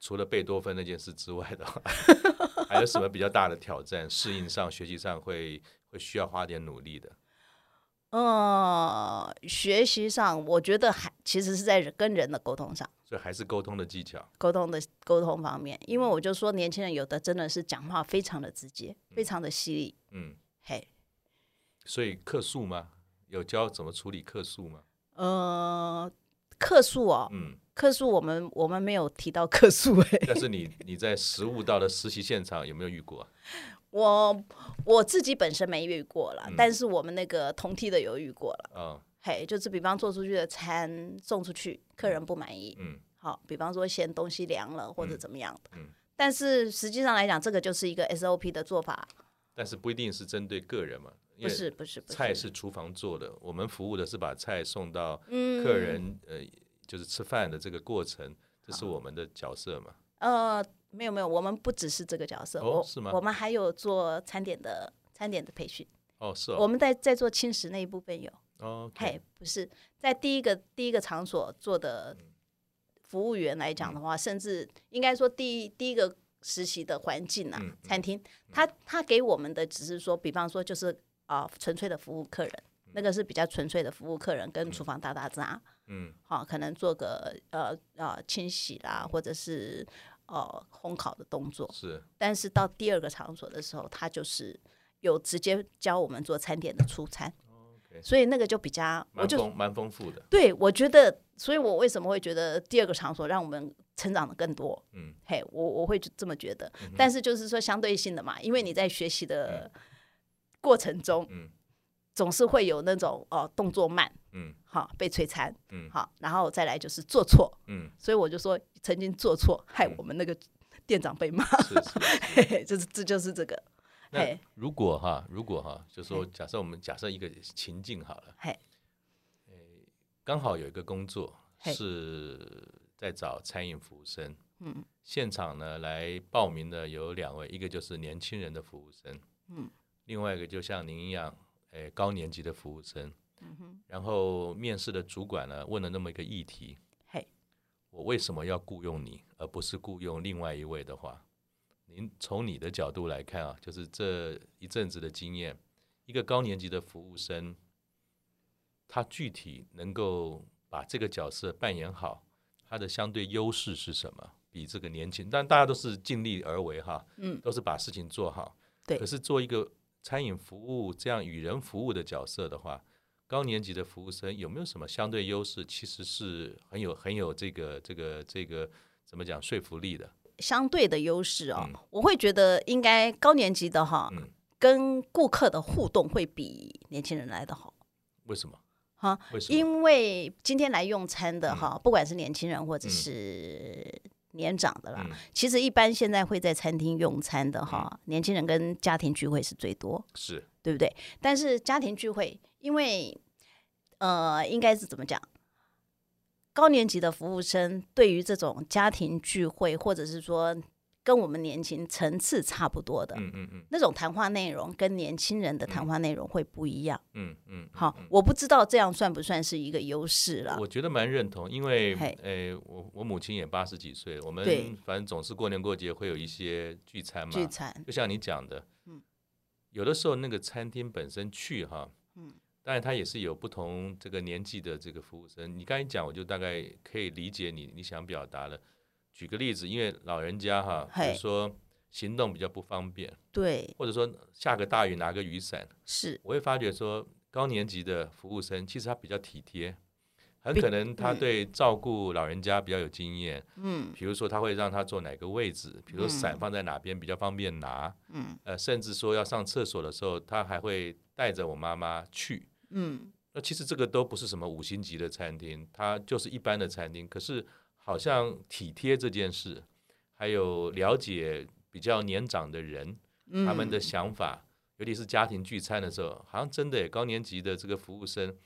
除了贝多芬那件事之外的话， 还有什么比较大的挑战？适应上、学习上会会需要花点努力的。呃，学习上我觉得还其实是在人跟人的沟通上。所以还是沟通的技巧，沟通的沟通方面，因为我就说年轻人有的真的是讲话非常的直接，非常的犀利，嗯，嘿，所以客诉吗？有教怎么处理客诉吗？呃，客诉哦，嗯，客诉我们我们没有提到客诉哎、但是你你在实务到的实习现场有没有遇过啊？我我自己本身没遇过嗯了，但是我们那个同梯的有遇过了，啊嘿，就是比方做出去的餐送出去，客人不满意，嗯，好，比方说嫌东西凉了或者怎么样的，嗯但是实际上来讲，这个就是一个 SOP 的做法，但是不一定是针对个人嘛，因不为是不是不菜是，是厨房做的，我们服务的是把菜送到嗯客人、呃，就是吃饭的这个过程，这是我们的角色嘛。呃，没有没有，我们不只是这个角色，哦我是吗我们还有做餐点的餐点的培训，哦，是我哦，们在在做轻食那一部分有，哦，OK，嘿，不是在第一个第一个场所做的服务员来讲的话，甚至应该说第一第一个实习的环境啊，嗯嗯餐厅，他他给我们的只是说，比方说就是啊、纯粹的服务客人。那个是比较纯粹的服务客人，跟厨房打打杂，嗯，好、可能做个呃呃清洗啦，或者是呃烘烤的动作。是但是到第二个场所的时候，他就是有直接教我们做餐点的出餐，哦，OK，所以那个就比较，我蛮就丰蛮丰富的，对我觉得，所以我为什么会觉得第二个场所让我们成长的更多？嗯，嘿，我我会这么觉得。但是就是说相对性的嘛，因为你在学习的过程中，嗯总是会有那种哦、动作慢，嗯好被摧残，嗯好，然后再来就是做错，嗯，所以我就说曾经做错，害我们那个店长被骂，是是。嘿嘿，就是这就是这个，嗯那嘿 如果哈，如果哈，就说假设我们假设一个情境好了，嘿，刚好有一个工作嘿是在找餐饮服务生，嗯，现场呢来报名的有两位，一个就是年轻人的服务生，嗯，另外一个就像您一样，哎，高年级的服务生，嗯然后面试的主管呢问了那么一个议题，嘿，我为什么要雇佣你，而不是雇佣另外一位的话，您从你的角度来看啊，就是这一阵子的经验，一个高年级的服务生，他具体能够把这个角色扮演好，他的相对优势是什么？比这个年轻，但大家都是尽力而为哈，嗯，都是把事情做好。对可是做一个餐饮服务这样与人服务的角色的话，高年级的服务生有没有什么相对优势？其实是很有很有这个这个这个怎么讲说服力的。相对的优势哦，嗯我会觉得应该高年级的哈，嗯跟顾客的互动会比年轻人来的好。为什么？哈，为什么？因为今天来用餐的嗯哈，不管是年轻人或者是年长的啦，嗯其实一般现在会在餐厅用餐的哈，年轻人跟家庭聚会是最多。是对不对？但是家庭聚会，因为呃，应该是怎么讲？高年级的服务生对于这种家庭聚会，或者是说跟我们年轻层次差不多的、嗯嗯嗯那种谈话内容，跟年轻人的谈话内容会不一样。嗯嗯，好，我不知道这样算不算是一个优势了。我觉得蛮认同，因为嘿诶、我我母亲也八十几岁，我们对反正总是过年过节会有一些聚餐嘛，聚餐，嗯就像你讲的，有的时候那个餐厅本身去哈，嗯当然它也是有不同这个年纪的这个服务生。你刚才讲，我就大概可以理解你你想表达了。举个例子，因为老人家哈，比嘿如说行动比较不方便，对，或者说下个大雨拿个雨伞，是我会发觉说高年级的服务生其实他比较体贴，很比可能他嗯对照顾老人家比较有经验，嗯比如说他会让他坐哪个位置，比如说伞嗯放在哪边比较方便拿，嗯呃，甚至说要上厕所的时候，他还会带着我妈妈去。嗯，那其实这个都不是什么五星级的餐厅，它就是一般的餐厅。可是好像体贴这件事，还有了解比较年长的人嗯他们的想法，尤其是家庭聚餐的时候，好像真的耶高年级的这个服务生，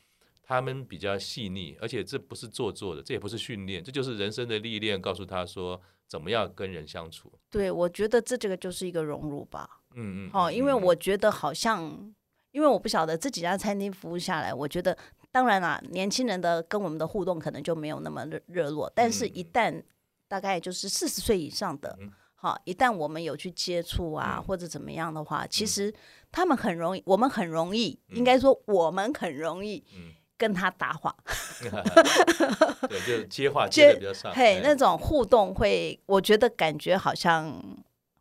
他们比较细腻，而且这不是做作的，这也不是训练，这就是人生的历练，告诉他说怎么样跟人相处。对，我觉得这这个就是一个融入吧。嗯嗯，哦，嗯因为嗯我觉得好像，因为我不晓得这几家餐厅服务下来，我觉得当然啦，年轻人的跟我们的互动可能就没有那么热热络，但是一嗯旦大概就是四十岁以上的嗯，好、一旦我们有去接触啊、嗯或者怎么样的话，其嗯实他们很容易，我们很容易，应嗯该说我们很容易嗯跟他搭话， 对，就接话接接的比较上，嘿哎，那种互动会，我觉得感觉好像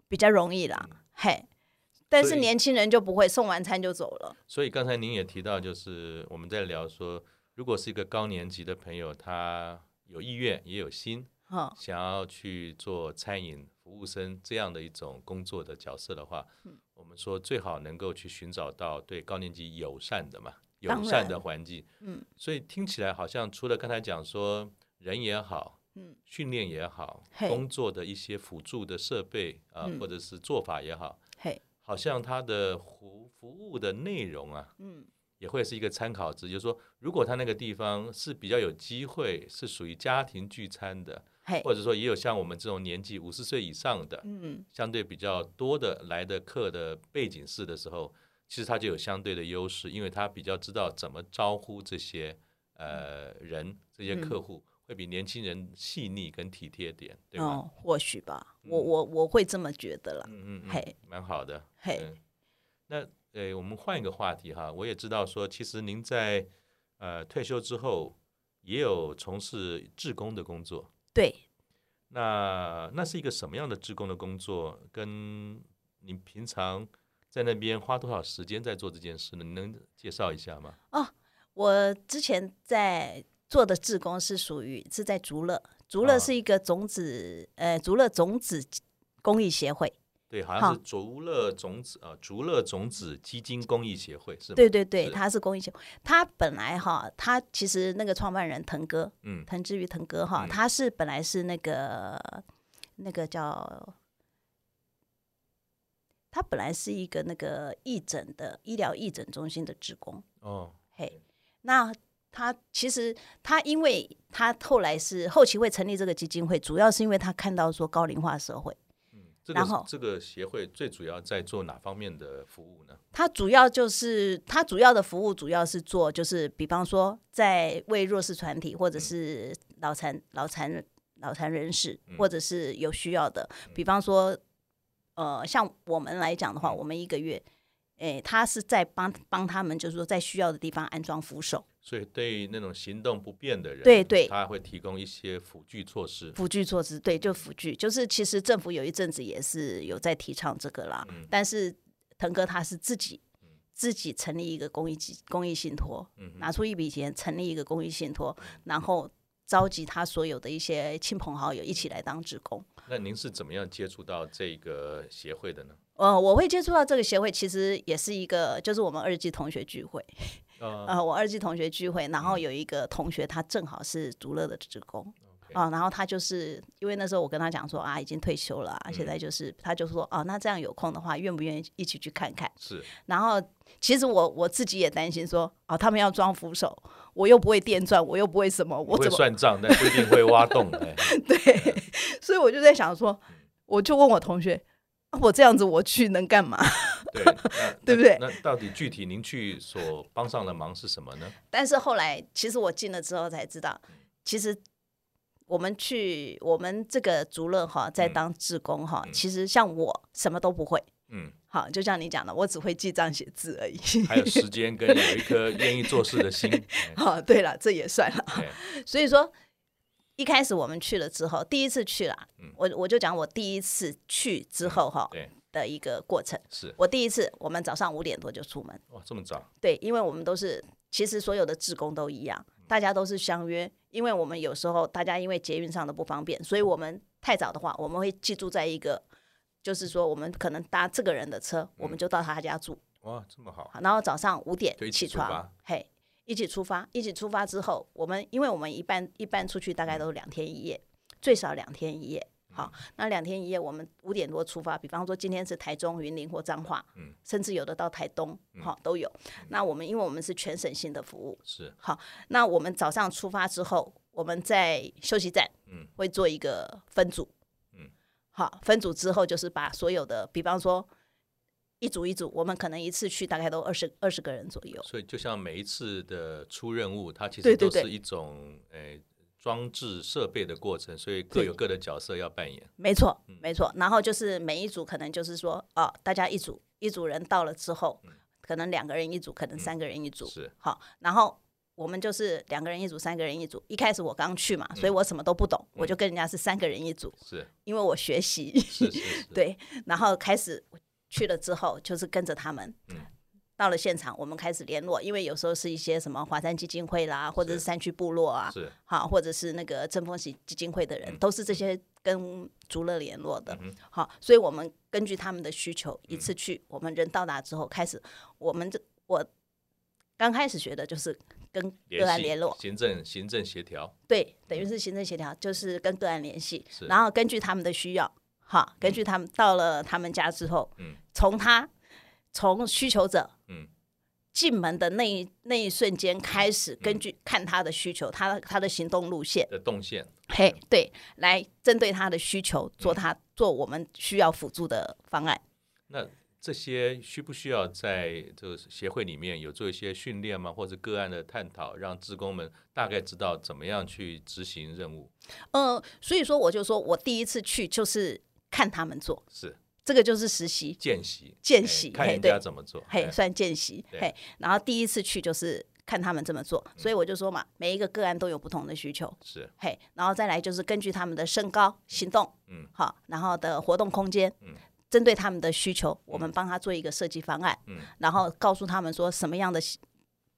比较容易啦，嘿。但嗯所是以年轻人就不会送完餐就走了，所以刚才您也提到，就是我们在聊说，如果是一个高年级的朋友，他有意愿也有心，哈、想要去做餐饮服务生这样的一种工作的角色的话，嗯我们说最好能够去寻找到对高年级友善的嘛，当友善然的环境。嗯，所以听起来好像除了刚才讲说人也好，嗯，训练也好，嘿工作的一些辅助的设备啊、嗯或者是做法也好，嘿，好像它的服服务的内容啊，嗯，也会是一个参考值。就是说，如果他那个地方是比较有机会，是属于家庭聚餐的，嘿，或者说也有像我们这种年纪五十岁以上的，嗯，相对比较多的来的客的背景是的时候，其实他就有相对的优势，因为他比较知道怎么招呼这些呃嗯人、这些客户，会比年轻人细腻跟体贴点，对吧？嗯哦，或许吧，我我我会这么觉得啦。嗯嗯，嗯嘿，蛮好的。嘿嗯，那呃，我们换一个话题哈，我也知道说，其实您在呃退休之后也有从事志工的工作，对，那那是一个什么样的志工的工作？跟您平常在那边花多少时间在做这件事呢？你能介绍一下吗？我之前在做的志工是属于是在竹乐，竹乐啊是一个种子，呃，竹乐种子公益协会。对，好像是竹乐种子啊，竹乐种子基金公益协会是吗？对，对对，是他是公益协会。他本来哈，他其实那个创办人腾哥，嗯滕志宇腾哥哈，嗯他是本来是那个那个叫。他本来是一个那个义诊的医疗义诊中心的职工，哦，嘿，那他其实他因为他后来是后期会成立这个基金会，主要是因为他看到说高龄化社会，嗯，这个然后这个协会最主要在做哪方面的服务呢？他主要就是他主要的服务主要是做就是比方说在为弱势团体或者是脑残脑残脑残人士嗯或者是有需要的，比方说呃像我们来讲的话，我们一个月。诶，他是在帮帮他们，就是说在需要的地方安装扶手、所以对那种行动不便的人，对对他会提供一些辅具措施。辅具措施，对，就辅具，就是其实政府有一阵子也是有在提倡这个啦，但是腾哥他是自己自己成立一个公益基公益信托，嗯哼拿出一笔钱成立一个公益信托，然后召集他所有的一些亲朋好友一起来当职工。那您是怎么样接触到这个协会的呢？呃，我会接触到这个协会，其实也是一个，就是我们二季同学聚 会，呃，呃，我二季同学聚会，然后嗯有一个同学他正好是竹乐的职工，啊，然后他就是因为那时候我跟他讲说啊，已经退休了啊、嗯现在就是他就说哦，那这样有空的话，愿不愿意一起去看看？是然后其实我我自己也担心说哦，他们要装扶手，我又不会电钻，我又不会什么，不我会怎么？算账，但不一定会挖 洞。哎，对，所以我就在想说，嗯我就问我同学，啊我这样子我去能干嘛？ 对，那对不对那那到底具体您去所帮上的忙是什么呢？但是后来，其实我进了之后才知道，嗯其实我们去我们这个竹乐哈，在嗯当志工哈，嗯其实像我什么都不会。嗯，好，就像你讲的，我只会记账写字而已。还有时间跟 有一颗愿意做事的心。哎哎好，对了，这也算了。对，所以说，一开始我们去了之后，第一次去啦，我我就讲我第一次去之后哈嗯对，的一个过程。是我第一次，我们早上五点多就出门，哇，这么早，对，因为我们都是，其实所有的志工都一样，大家都是相约，因为我们有时候大家因为捷运上的不方便，所以我们太早的话，我们会寄住在一个，就是说我们可能搭这个人的车，我们就到他家住，哇，这么好，好然后早上五点就一起起出床发，嘿，一起出发，一起出发之后，我们因为我们一般一般出去嗯大概都是两天一夜，最少两天一夜。好，那两天一夜，我们五点多出发，比方说今天是台中、云林或彰化，嗯甚至有的到台东，好、都有。那我们因为我们是全省性的服务，是那我们早上出发之后，我们在休息站，嗯，会做一个分组，嗯，好，分组之后就是把所有的，比方说一组一组，我们可能一次去大概都二十二十个人左右，所以就像每一次的出任务，它其对实对都对是一种诶、装置设备的过程，所以各对有各的角色要扮演。没错，嗯没错。然后就是每一组可能就是说，哦，大家一组一组人到了之后，可能两个人一组，可能三个人一组，嗯是好，然后我们就是两个人一组，三个人一组。一开始我刚去嘛，所以嗯我什么都不懂，我就跟人家是三个人一组， 是因为我学习。，是是是对，然后开始去了之后，就是跟着他们。嗯到了现场，我们开始联络，因为有时候是一些什么华山基金会啦，或者是是山区部落啊，是嗯好，或者是那个正风喜基金会的人，都是这些跟竹乐联络的。嗯哼嗯好，所以我们根据他们的需求，一次去，我们人到达之后开始，我们这我刚开始学的就是跟个案系联络，行政行政协调，对，等于是行政协调，就是跟个案联系，嗯是然后根据他们的需要，哈，根据他们到了他们家之后，嗯，从他从需求者，嗯，进门的那一那一瞬间开嗯始，根据看他的需求，他的他的行动路线，的动线嘿，对，来针对他的需求嗯做他做我们需要辅助的方案。那这些需不需要在这个协会里面有做一些训练吗？或者个案的探讨，让职工们大概知道怎么样去执行任务？呃，所以说我就说我第一次去就是看他们做，是这个就是实习，见习，见哎习看嘿人对家怎么做。嘿，哎算见习，对嗯嘿，然后第一次去就是看他们这么做，所以我就说嘛，每一个个案都有不同的需求，是嘿，然后再来就是根据他们的身高、行动，嗯，好，然后的活动空间，嗯。针对他们的需求，我们帮他做一个设计方案，嗯，然后告诉他们说什么样的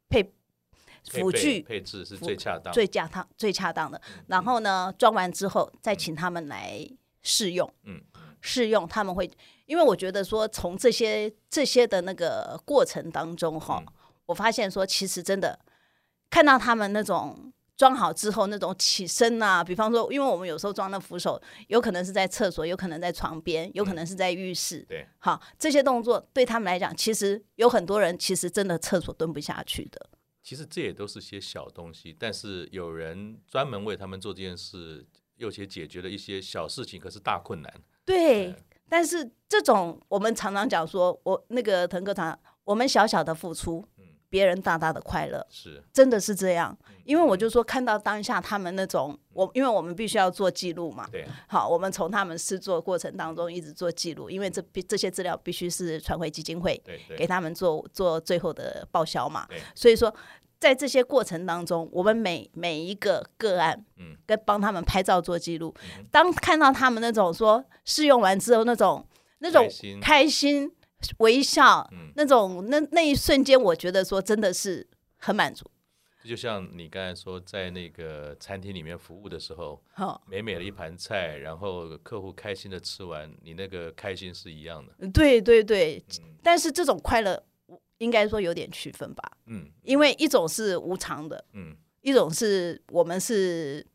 配配辅备具配置是辅最恰当的。最恰当、最恰当的。嗯然后呢，装完之后再请他们来试用，嗯，试用他们会，因为我觉得说从这些这些的那个过程当中哈，嗯我发现说其实真的看到他们那种。装好之后那种起身啊，比方说，因为我们有时候装的扶手，有可能是在厕所，有可能在床边，有可嗯能是在浴室，对，好，这些动作对他们来讲，其实有很多人其实真的厕所蹲不下去的，其实这也都是些小东西，但是有人专门为他们做这件事，又且解决了一些小事情，可是大困难。对，但是这种我们常常讲说，我那个腾哥常常，我们小小的付出，别人大大的快乐，是真的是这样。因为我就说看到当下他们那种，我因为我们必须要做记录嘛，对，好，我们从他们试做过程当中一直做记录，因为这必这些资料必须是传回基金会对给对他们做做最后的报销嘛对。所以说，在这些过程当中，我们每每一个个案，嗯，跟帮他们拍照做记录。当看到他们那种说试用完之后那种那种开心开心微笑，嗯那种那那一瞬间，我觉得说真的是很满足。这就像你刚才说，在那个餐厅里面服务的时候，哈、美美的一盘菜，然后客户开心的吃完，你那个开心是一样的。对对对，但是这种快乐。应该说有点区分吧，嗯因为一种是无偿的，嗯，一种是我们是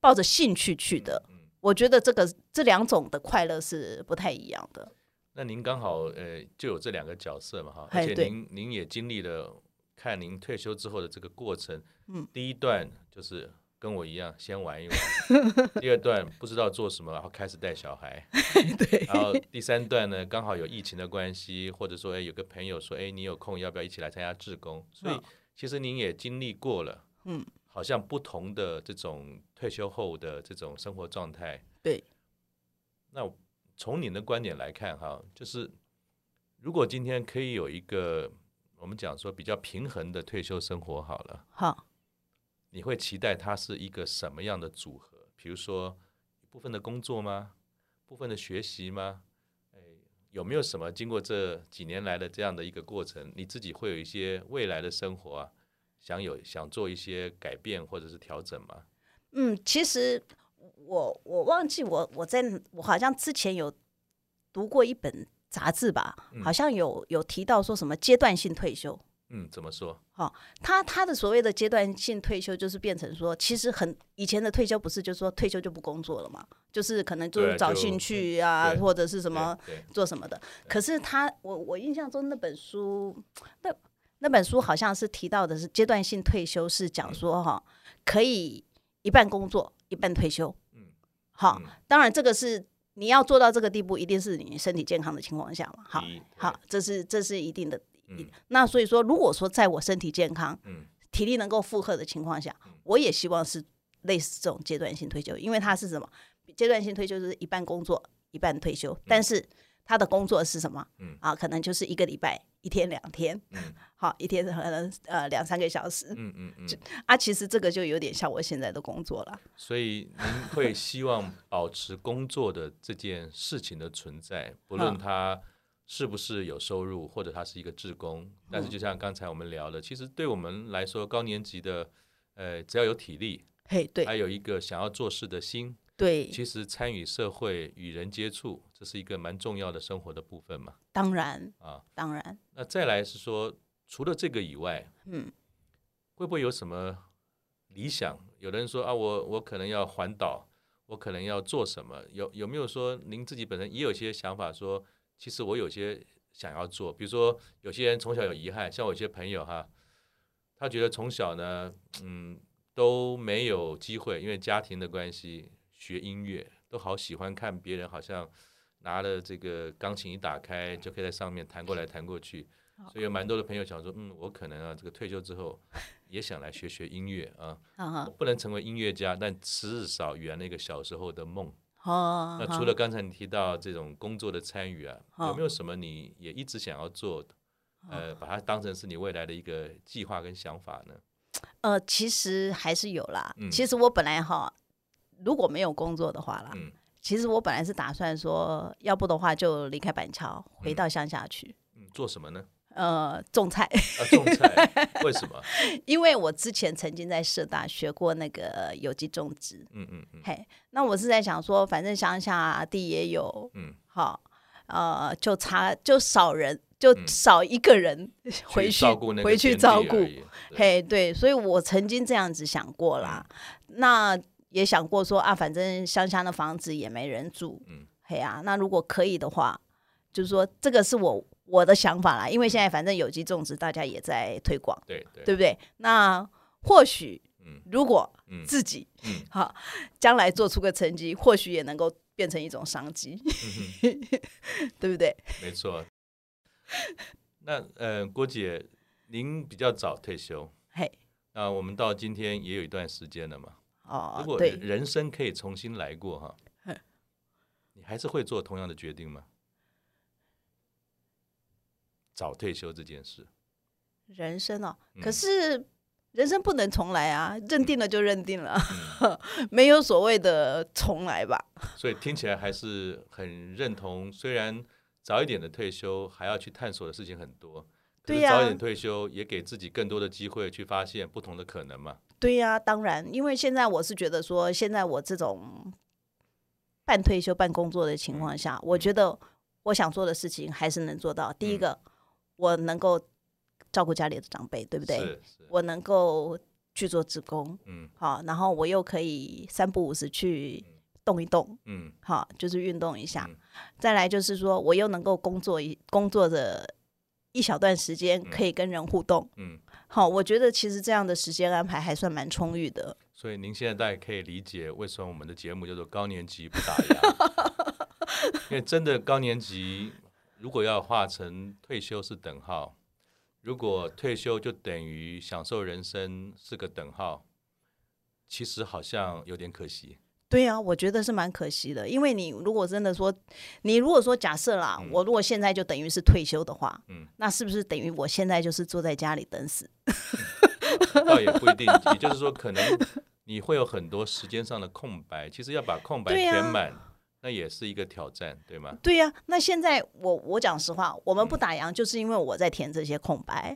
抱着兴趣去的。嗯我觉得这个这两种的快乐是不太一样的。那您刚好呃就有这两个角色嘛哈，嗯哎而且对您您也经历了看您退休之后的这个过程，嗯，第一段就是跟我一样先玩一 玩，第二段不知道做什么，然后开始带小 孩，对，然后第三段呢刚好有疫情的关系，或者说哎有个朋友说哎你有空要不要一起来参加志工，所以嗯其实您也经历过了，嗯，好像不同的这种退休后的这种生活状态，对，那从你的观点来看，哈，就是如果今天可以有一个我们讲说比较平衡的退休生活，好了，好，你会期待它是一个什么样的组合？比如说部分的工作吗？部分的学习吗？哎，有没有什么经过这几年来的这样的一个过程，你自己会有一些未来的生活啊，想有想做一些改变或者是调整吗？嗯，其实我我忘记我我在我好像之前有读过一本杂志吧，好像有有提到说什么阶段性退休。嗯，怎么说？他他的所谓的阶段性退休，就是变成说，其实很以前的退休不是就说退休就不工作了嘛，就是可能就对是啊找就兴趣啊，对或者是什么对？对做什么的。可是他，我我印象中那本书，那那本书好像是提到的是阶段性退休，是讲说哈、可以一半工作一半退休。嗯嗯，好嗯，当然这个是你要做到这个地步，一定是你身体健康的情况下嘛。好第一，好，这是这是一定的。嗯那所以说，如果说在我身体健康、嗯体力能够负荷的情况下，我也希望是类似这种阶段性退休，因为它是什么？阶段性退休就是一半工作一半退休，但是他的工作是什么？嗯啊，可能就是一个礼拜一天两天，嗯好，一天可能呃两三个小时嗯嗯嗯，啊。其实这个就有点像我现在的工作了。所以您会希望保持工作的这件事情的存在，不嗯论它是不是有收入，或者它是一个职工。但是嗯就像刚才我们聊的，其实对我们来说，高年级的，呃，只要有体力，嘿，对还有一个想要做事的心，对，哎其实参与社会、与人接触，这是一个蛮重要的生活的部分嘛。当然啊，当然，那再来是说，除了这个以外，嗯，会不会有什么理想？有的人说啊，我我可能要环岛，我可能要做什么？有有没有说您自己本身也有一些想法说，其实我有些想要做，比如说有些人从小有遗憾，像我有些朋友哈，他觉得从小呢，嗯，都没有机会，因为家庭的关系学音乐，都好喜欢看别人好像拿了这个钢琴一打开就可以在上面弹过来弹过去。所以有蛮多的朋友想说，嗯，我可能啊，这个退休之后 也想来学学音乐啊。啊我不能成为音乐家，但至少圆了一个小时候的梦。哦，那除了刚才你提到这种工作的参与啊，有没有什么你也一直想要做的？呃，把它当成是你未来的一个计划跟想法呢？呃，其实还是有啦。嗯其实我本来哈，如果没有工作的话啦，嗯其实我本来是打算说，要不的话就离开板桥，回到乡下去，嗯，做什么呢？呃，种菜。 啊，种菜？为什么？因为我之前曾经在社大学过那个有机种植，嗯嗯嗯嘿，那我是在想说，反正乡下地也有，嗯，好，呃，就差就少人，就少一个人 回去嗯照顾那个回去天地照而顾，已，对嘿，对，所以我曾经这样子想过啦，那也想过说啊，反正乡下的房子也没人住，嗯嘿啊，那如果可以的话，就是说这个是我我的想法啦，因为现在反正有机种植大家也在推广。对对对不对？那或许嗯，如果嗯自己嗯哈、将来做出个成绩，或许也能够变成一种商机， 对不对？ 没错。那呃，郭姐，您比较早退休，嘿，那我们到今天也有一段时间了嘛。如哦，果对，人生可以重新来过哈嗯，你还是会做同样的决定吗？早退休这件事，人生哦，嗯可是人生不能重来啊，认定了就认定了， 没有所谓的重来吧？嗯所以听起来还是很认同。虽然早一点的退休还要去探索的事情很多，可是对呀早一点退休也给自己更多的机会去发现不同的可能嘛。对呀、当然，因为现在我是觉得说，现在我这种半退休半工作的情嗯况下，我觉得我想做的事情还是能做到。嗯第一个，我能够照顾家里的长辈，对不对？是是，我能够去做职工，嗯好，然后我又可以三不五时去动一动，嗯好，就是运动一下。嗯再来就是说，我又能够工作一工作的一小段时间，可以跟人互动。嗯。好，我觉得其实这样的时间安排还算蛮充裕的。所以您现在大概可以理解为什么我们的节目叫做“高年级不打烊”，因为真的高年级如果要画成退休是等号，如果退休就等于享受人生是个等号，其实好像有点可惜。对啊，我觉得是蛮可惜的，因为你如果真的说，你如果说假设啦，我如果现在就等于是退休的话，嗯那是不是等于我现在就是坐在家里等死？倒也不一定，也就是说，可能你你会有很多时间上的空白，其实要把空白对啊呀填满，那也是一个挑战，对吗？对呀、那现在我我讲实话，我嗯们不打烊，就是因为我在填这些空白。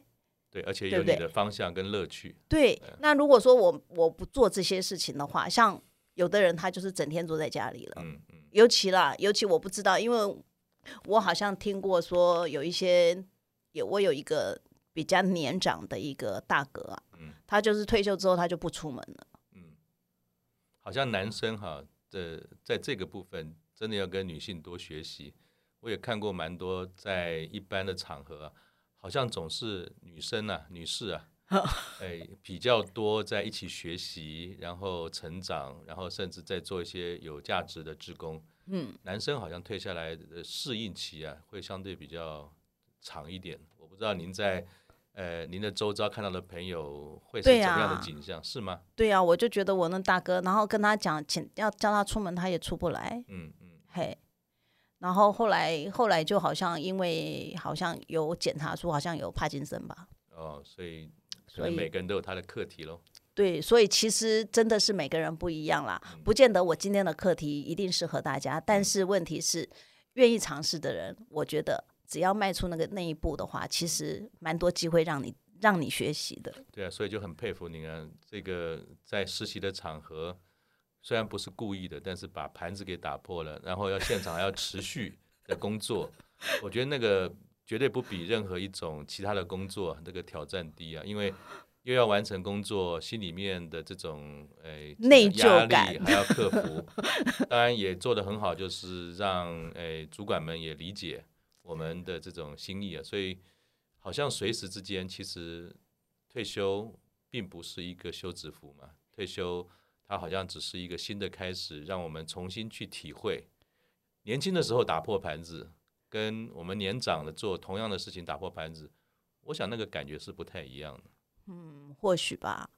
对，而且对有不你对的方向跟乐趣，对，啊那如果说我我不做这些事情的话，像有的人他就是整天坐在家里了，嗯嗯，尤其啦，尤其我不知道，因为我好像听过说有一些，有我有一个比较年长的一个大哥啊，嗯他就是退休之后他就不出门了，好像男生哈，这在这个部分真的要跟女性多学习。我也看过蛮多在一般的场合啊、好像总是女生啊、女士 啊，哎，比较多在一起学习，然后成长，然后甚至在做一些有价值的职工。嗯，男生好像退下来的适应期啊，会相对比较长一点。我不知道您在呃您的周遭看到的朋友会是对怎么样啊的景象，是吗？对呀、啊，我就觉得我那大哥，然后跟他讲，请要叫他出门，他也出不来，嗯嗯嘿。然后后来后来就好像因为好像有检查出好像有帕金森吧，哦，所以可所能以每个人都有他的课题喽。对，所以其实真的是每个人不一样啦，不见得我今天的课题一定适合大家，但是问题是，愿意尝试的人，我觉得只要迈出那个那一步的话，其实蛮多机会让你让你学习的。对啊，所以就很佩服您啊，这个在实习的场合，虽然不是故意的，但是把盘子给打破了，然后要现场还要持续的工作，我觉得那个绝对不比任何一种其他的工作那个挑战低啊，因为。又要完成工作，心里面的这种诶、内疚压力感还要克服，当然也做得很好，就是让诶、主管们也理解我们的这种心意啊，所以好像随时之间，其实退休并不是一个休止符嘛，退休它好像只是一个新的开始，让我们重新去体会年轻的时候打破盘子，跟我们年长的做同样的事情打破盘子，我想那个感觉是不太一样的。嗯，或许吧。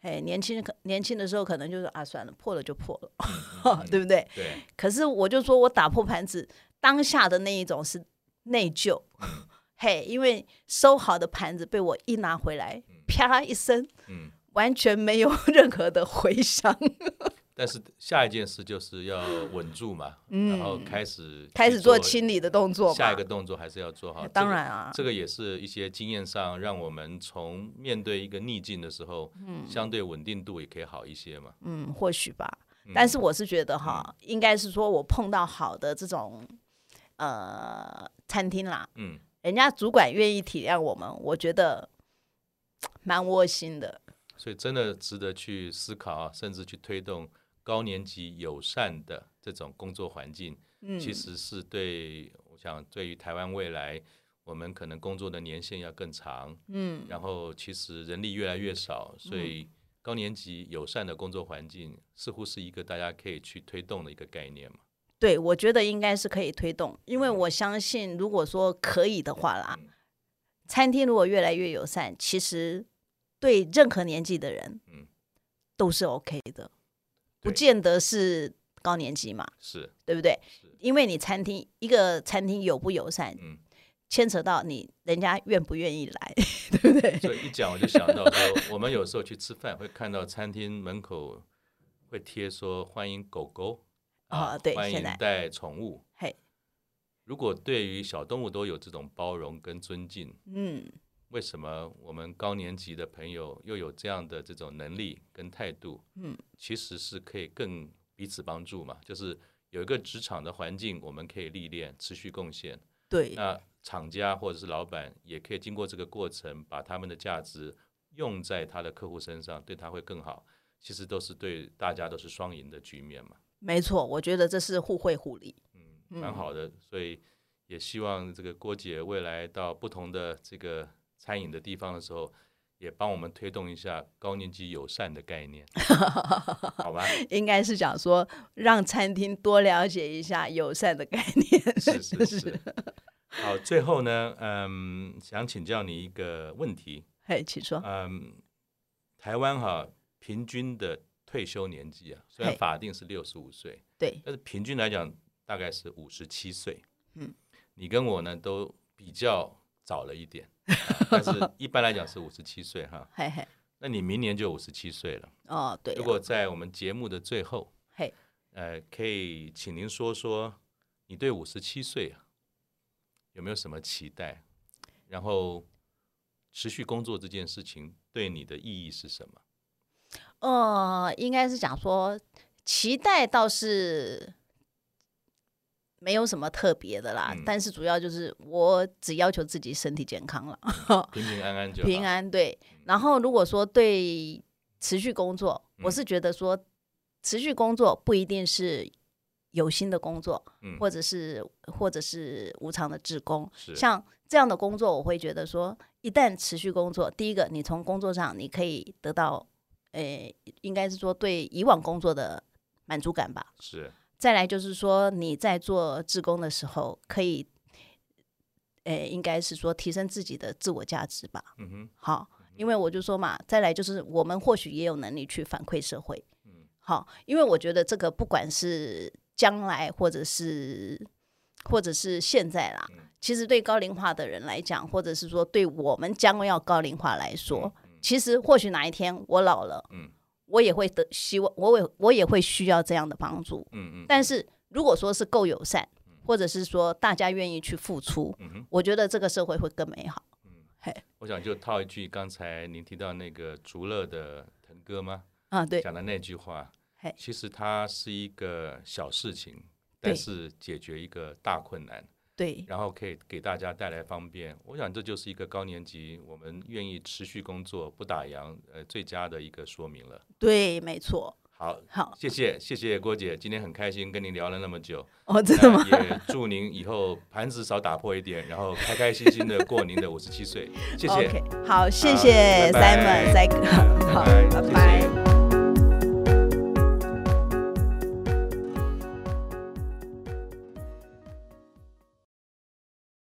哎，年轻可年轻的时候可能就是啊，算了，破了就破了， 对不对？对，可是我就说我打破盘子当下的那一种是内疚，嗯 嘿，因为收好的盘子被我一拿回来，啪啦一声，嗯，完全没有 任何的回响，但是下一件事就是要稳住嘛，然后开始嗯开去始做清理的动作嘛。下一个动作还是要做好。当这个然啊，这个也是一些经验上，让我们从面对一个逆境的时候，相对稳定度也可以好一些嘛。嗯，或许吧。但是我是觉得哈，嗯应该是说我碰到好的这种呃餐厅啦，嗯，人家主管愿意体谅我们，我觉得蛮窝心的。所以真的值得去思考啊，甚至去推动高年级友善的这种工作环境，嗯，其实是对我想对于台湾未来，我们可能工作的年限要更长，嗯，然后其实人力越来越少，所以高年级友善的工作环境似乎是一个大家可以去推动的一个概念嘛。对，我觉得应该是可以推动，因嗯为我相信，如果说可以的话啦，餐厅如果越来越友善，其实对任何年纪的人，嗯都是 OK 的，不对见得是高年级嘛，是，对不对？因为你餐厅一个餐厅友不友善，嗯。牵扯到你人家愿不愿意来， 所以一讲我就想到说，我们有时候去吃饭会看到餐厅门口会贴说欢迎狗狗啊对欢现迎在带宠物。嘿，如果对于小动物都有这种包容跟尊敬，嗯，为什么我们高年级的朋友又有这样的这种能力跟态度？嗯，其实是可以更彼此帮助嘛，就是有一个职场的环境，我们可以历练，持续贡献。对，那厂家或者是老板也可以经过这个过程，把他们的价值用在他的客户身上，对他会更好。其实都是对大家都是双赢的局面嘛，没错，我觉得这是互惠互利。嗯，蛮好的。所以也希望这个郭姐未来到不同的这个餐饮的地方的时候，也帮我们推动一下高年级友善的概念，好吧？应该是讲说让餐厅多了解一下友善的概念。 是是是。好，最后呢，嗯，想请教你一个问题，嘿，请说。嗯，台湾哈、平均的退休年纪啊，虽然嘿法定是六十五岁，对，但是平均来讲大概是五十七岁。嗯，你跟我呢都 比较早了一点，啊但是一般来讲是五十七岁哈。嘿嘿，那你明年就五十七岁了。哦，对啊、如果在我们节目的最后，嘿，呃，可以请您说说你对五十七岁啊有没有什么期待？然后持续工作这件事情对你的意义是什么？呃，应该是讲说期待倒是没有什么特别的啦，嗯但是主要就是我只要求自己身体健康了，平平安安就好。平安对。嗯然后如果说对持续工作，我嗯是觉得说持续工作不一定是有薪的工作，嗯或者是或者是无偿的职工，是像这样的工作，我会觉得说，一旦持续工作，第一个，你从工作上你可以得到，呃，应该是说对以往工作的满足感吧。是再来就是说，你在做志工的时候，可以，呃，应该是说提升自己的自我价值吧。嗯哼好，因为我就说嘛，再来就是我们或许也有能力去反馈社会。嗯好，因为我觉得这个不管是将来或者是或者是现在啦，嗯其实对高龄化的人来讲，或者是说对我们将要高龄化来说，嗯其实或许哪一天我老了，嗯我也会得希望，我也我也会需要这样的帮助。嗯嗯，但是如果说是够友善，或者是说大家愿意去付出，嗯哼我觉得这个社会会更美好。我想就套一句刚才您提到那个竹乐的腾哥吗？啊，对，讲的那句话嘿，其实它是一个小事情，对但是解决一个大困难，对，然后可以给大家带来方便。我想这就是一个高年级我们愿意持续工作不打烊，呃，最佳的一个说明了。对，没错。好，好，谢谢谢谢郭姐，今天很开心跟您聊了那么久，哦，真的那吗？也祝您以后盘子少打破一点，然后开开心心的过您的五呃十七岁。谢谢， OK，好，谢好谢拜拜 Simon 塞哥，好，拜拜，谢谢拜拜。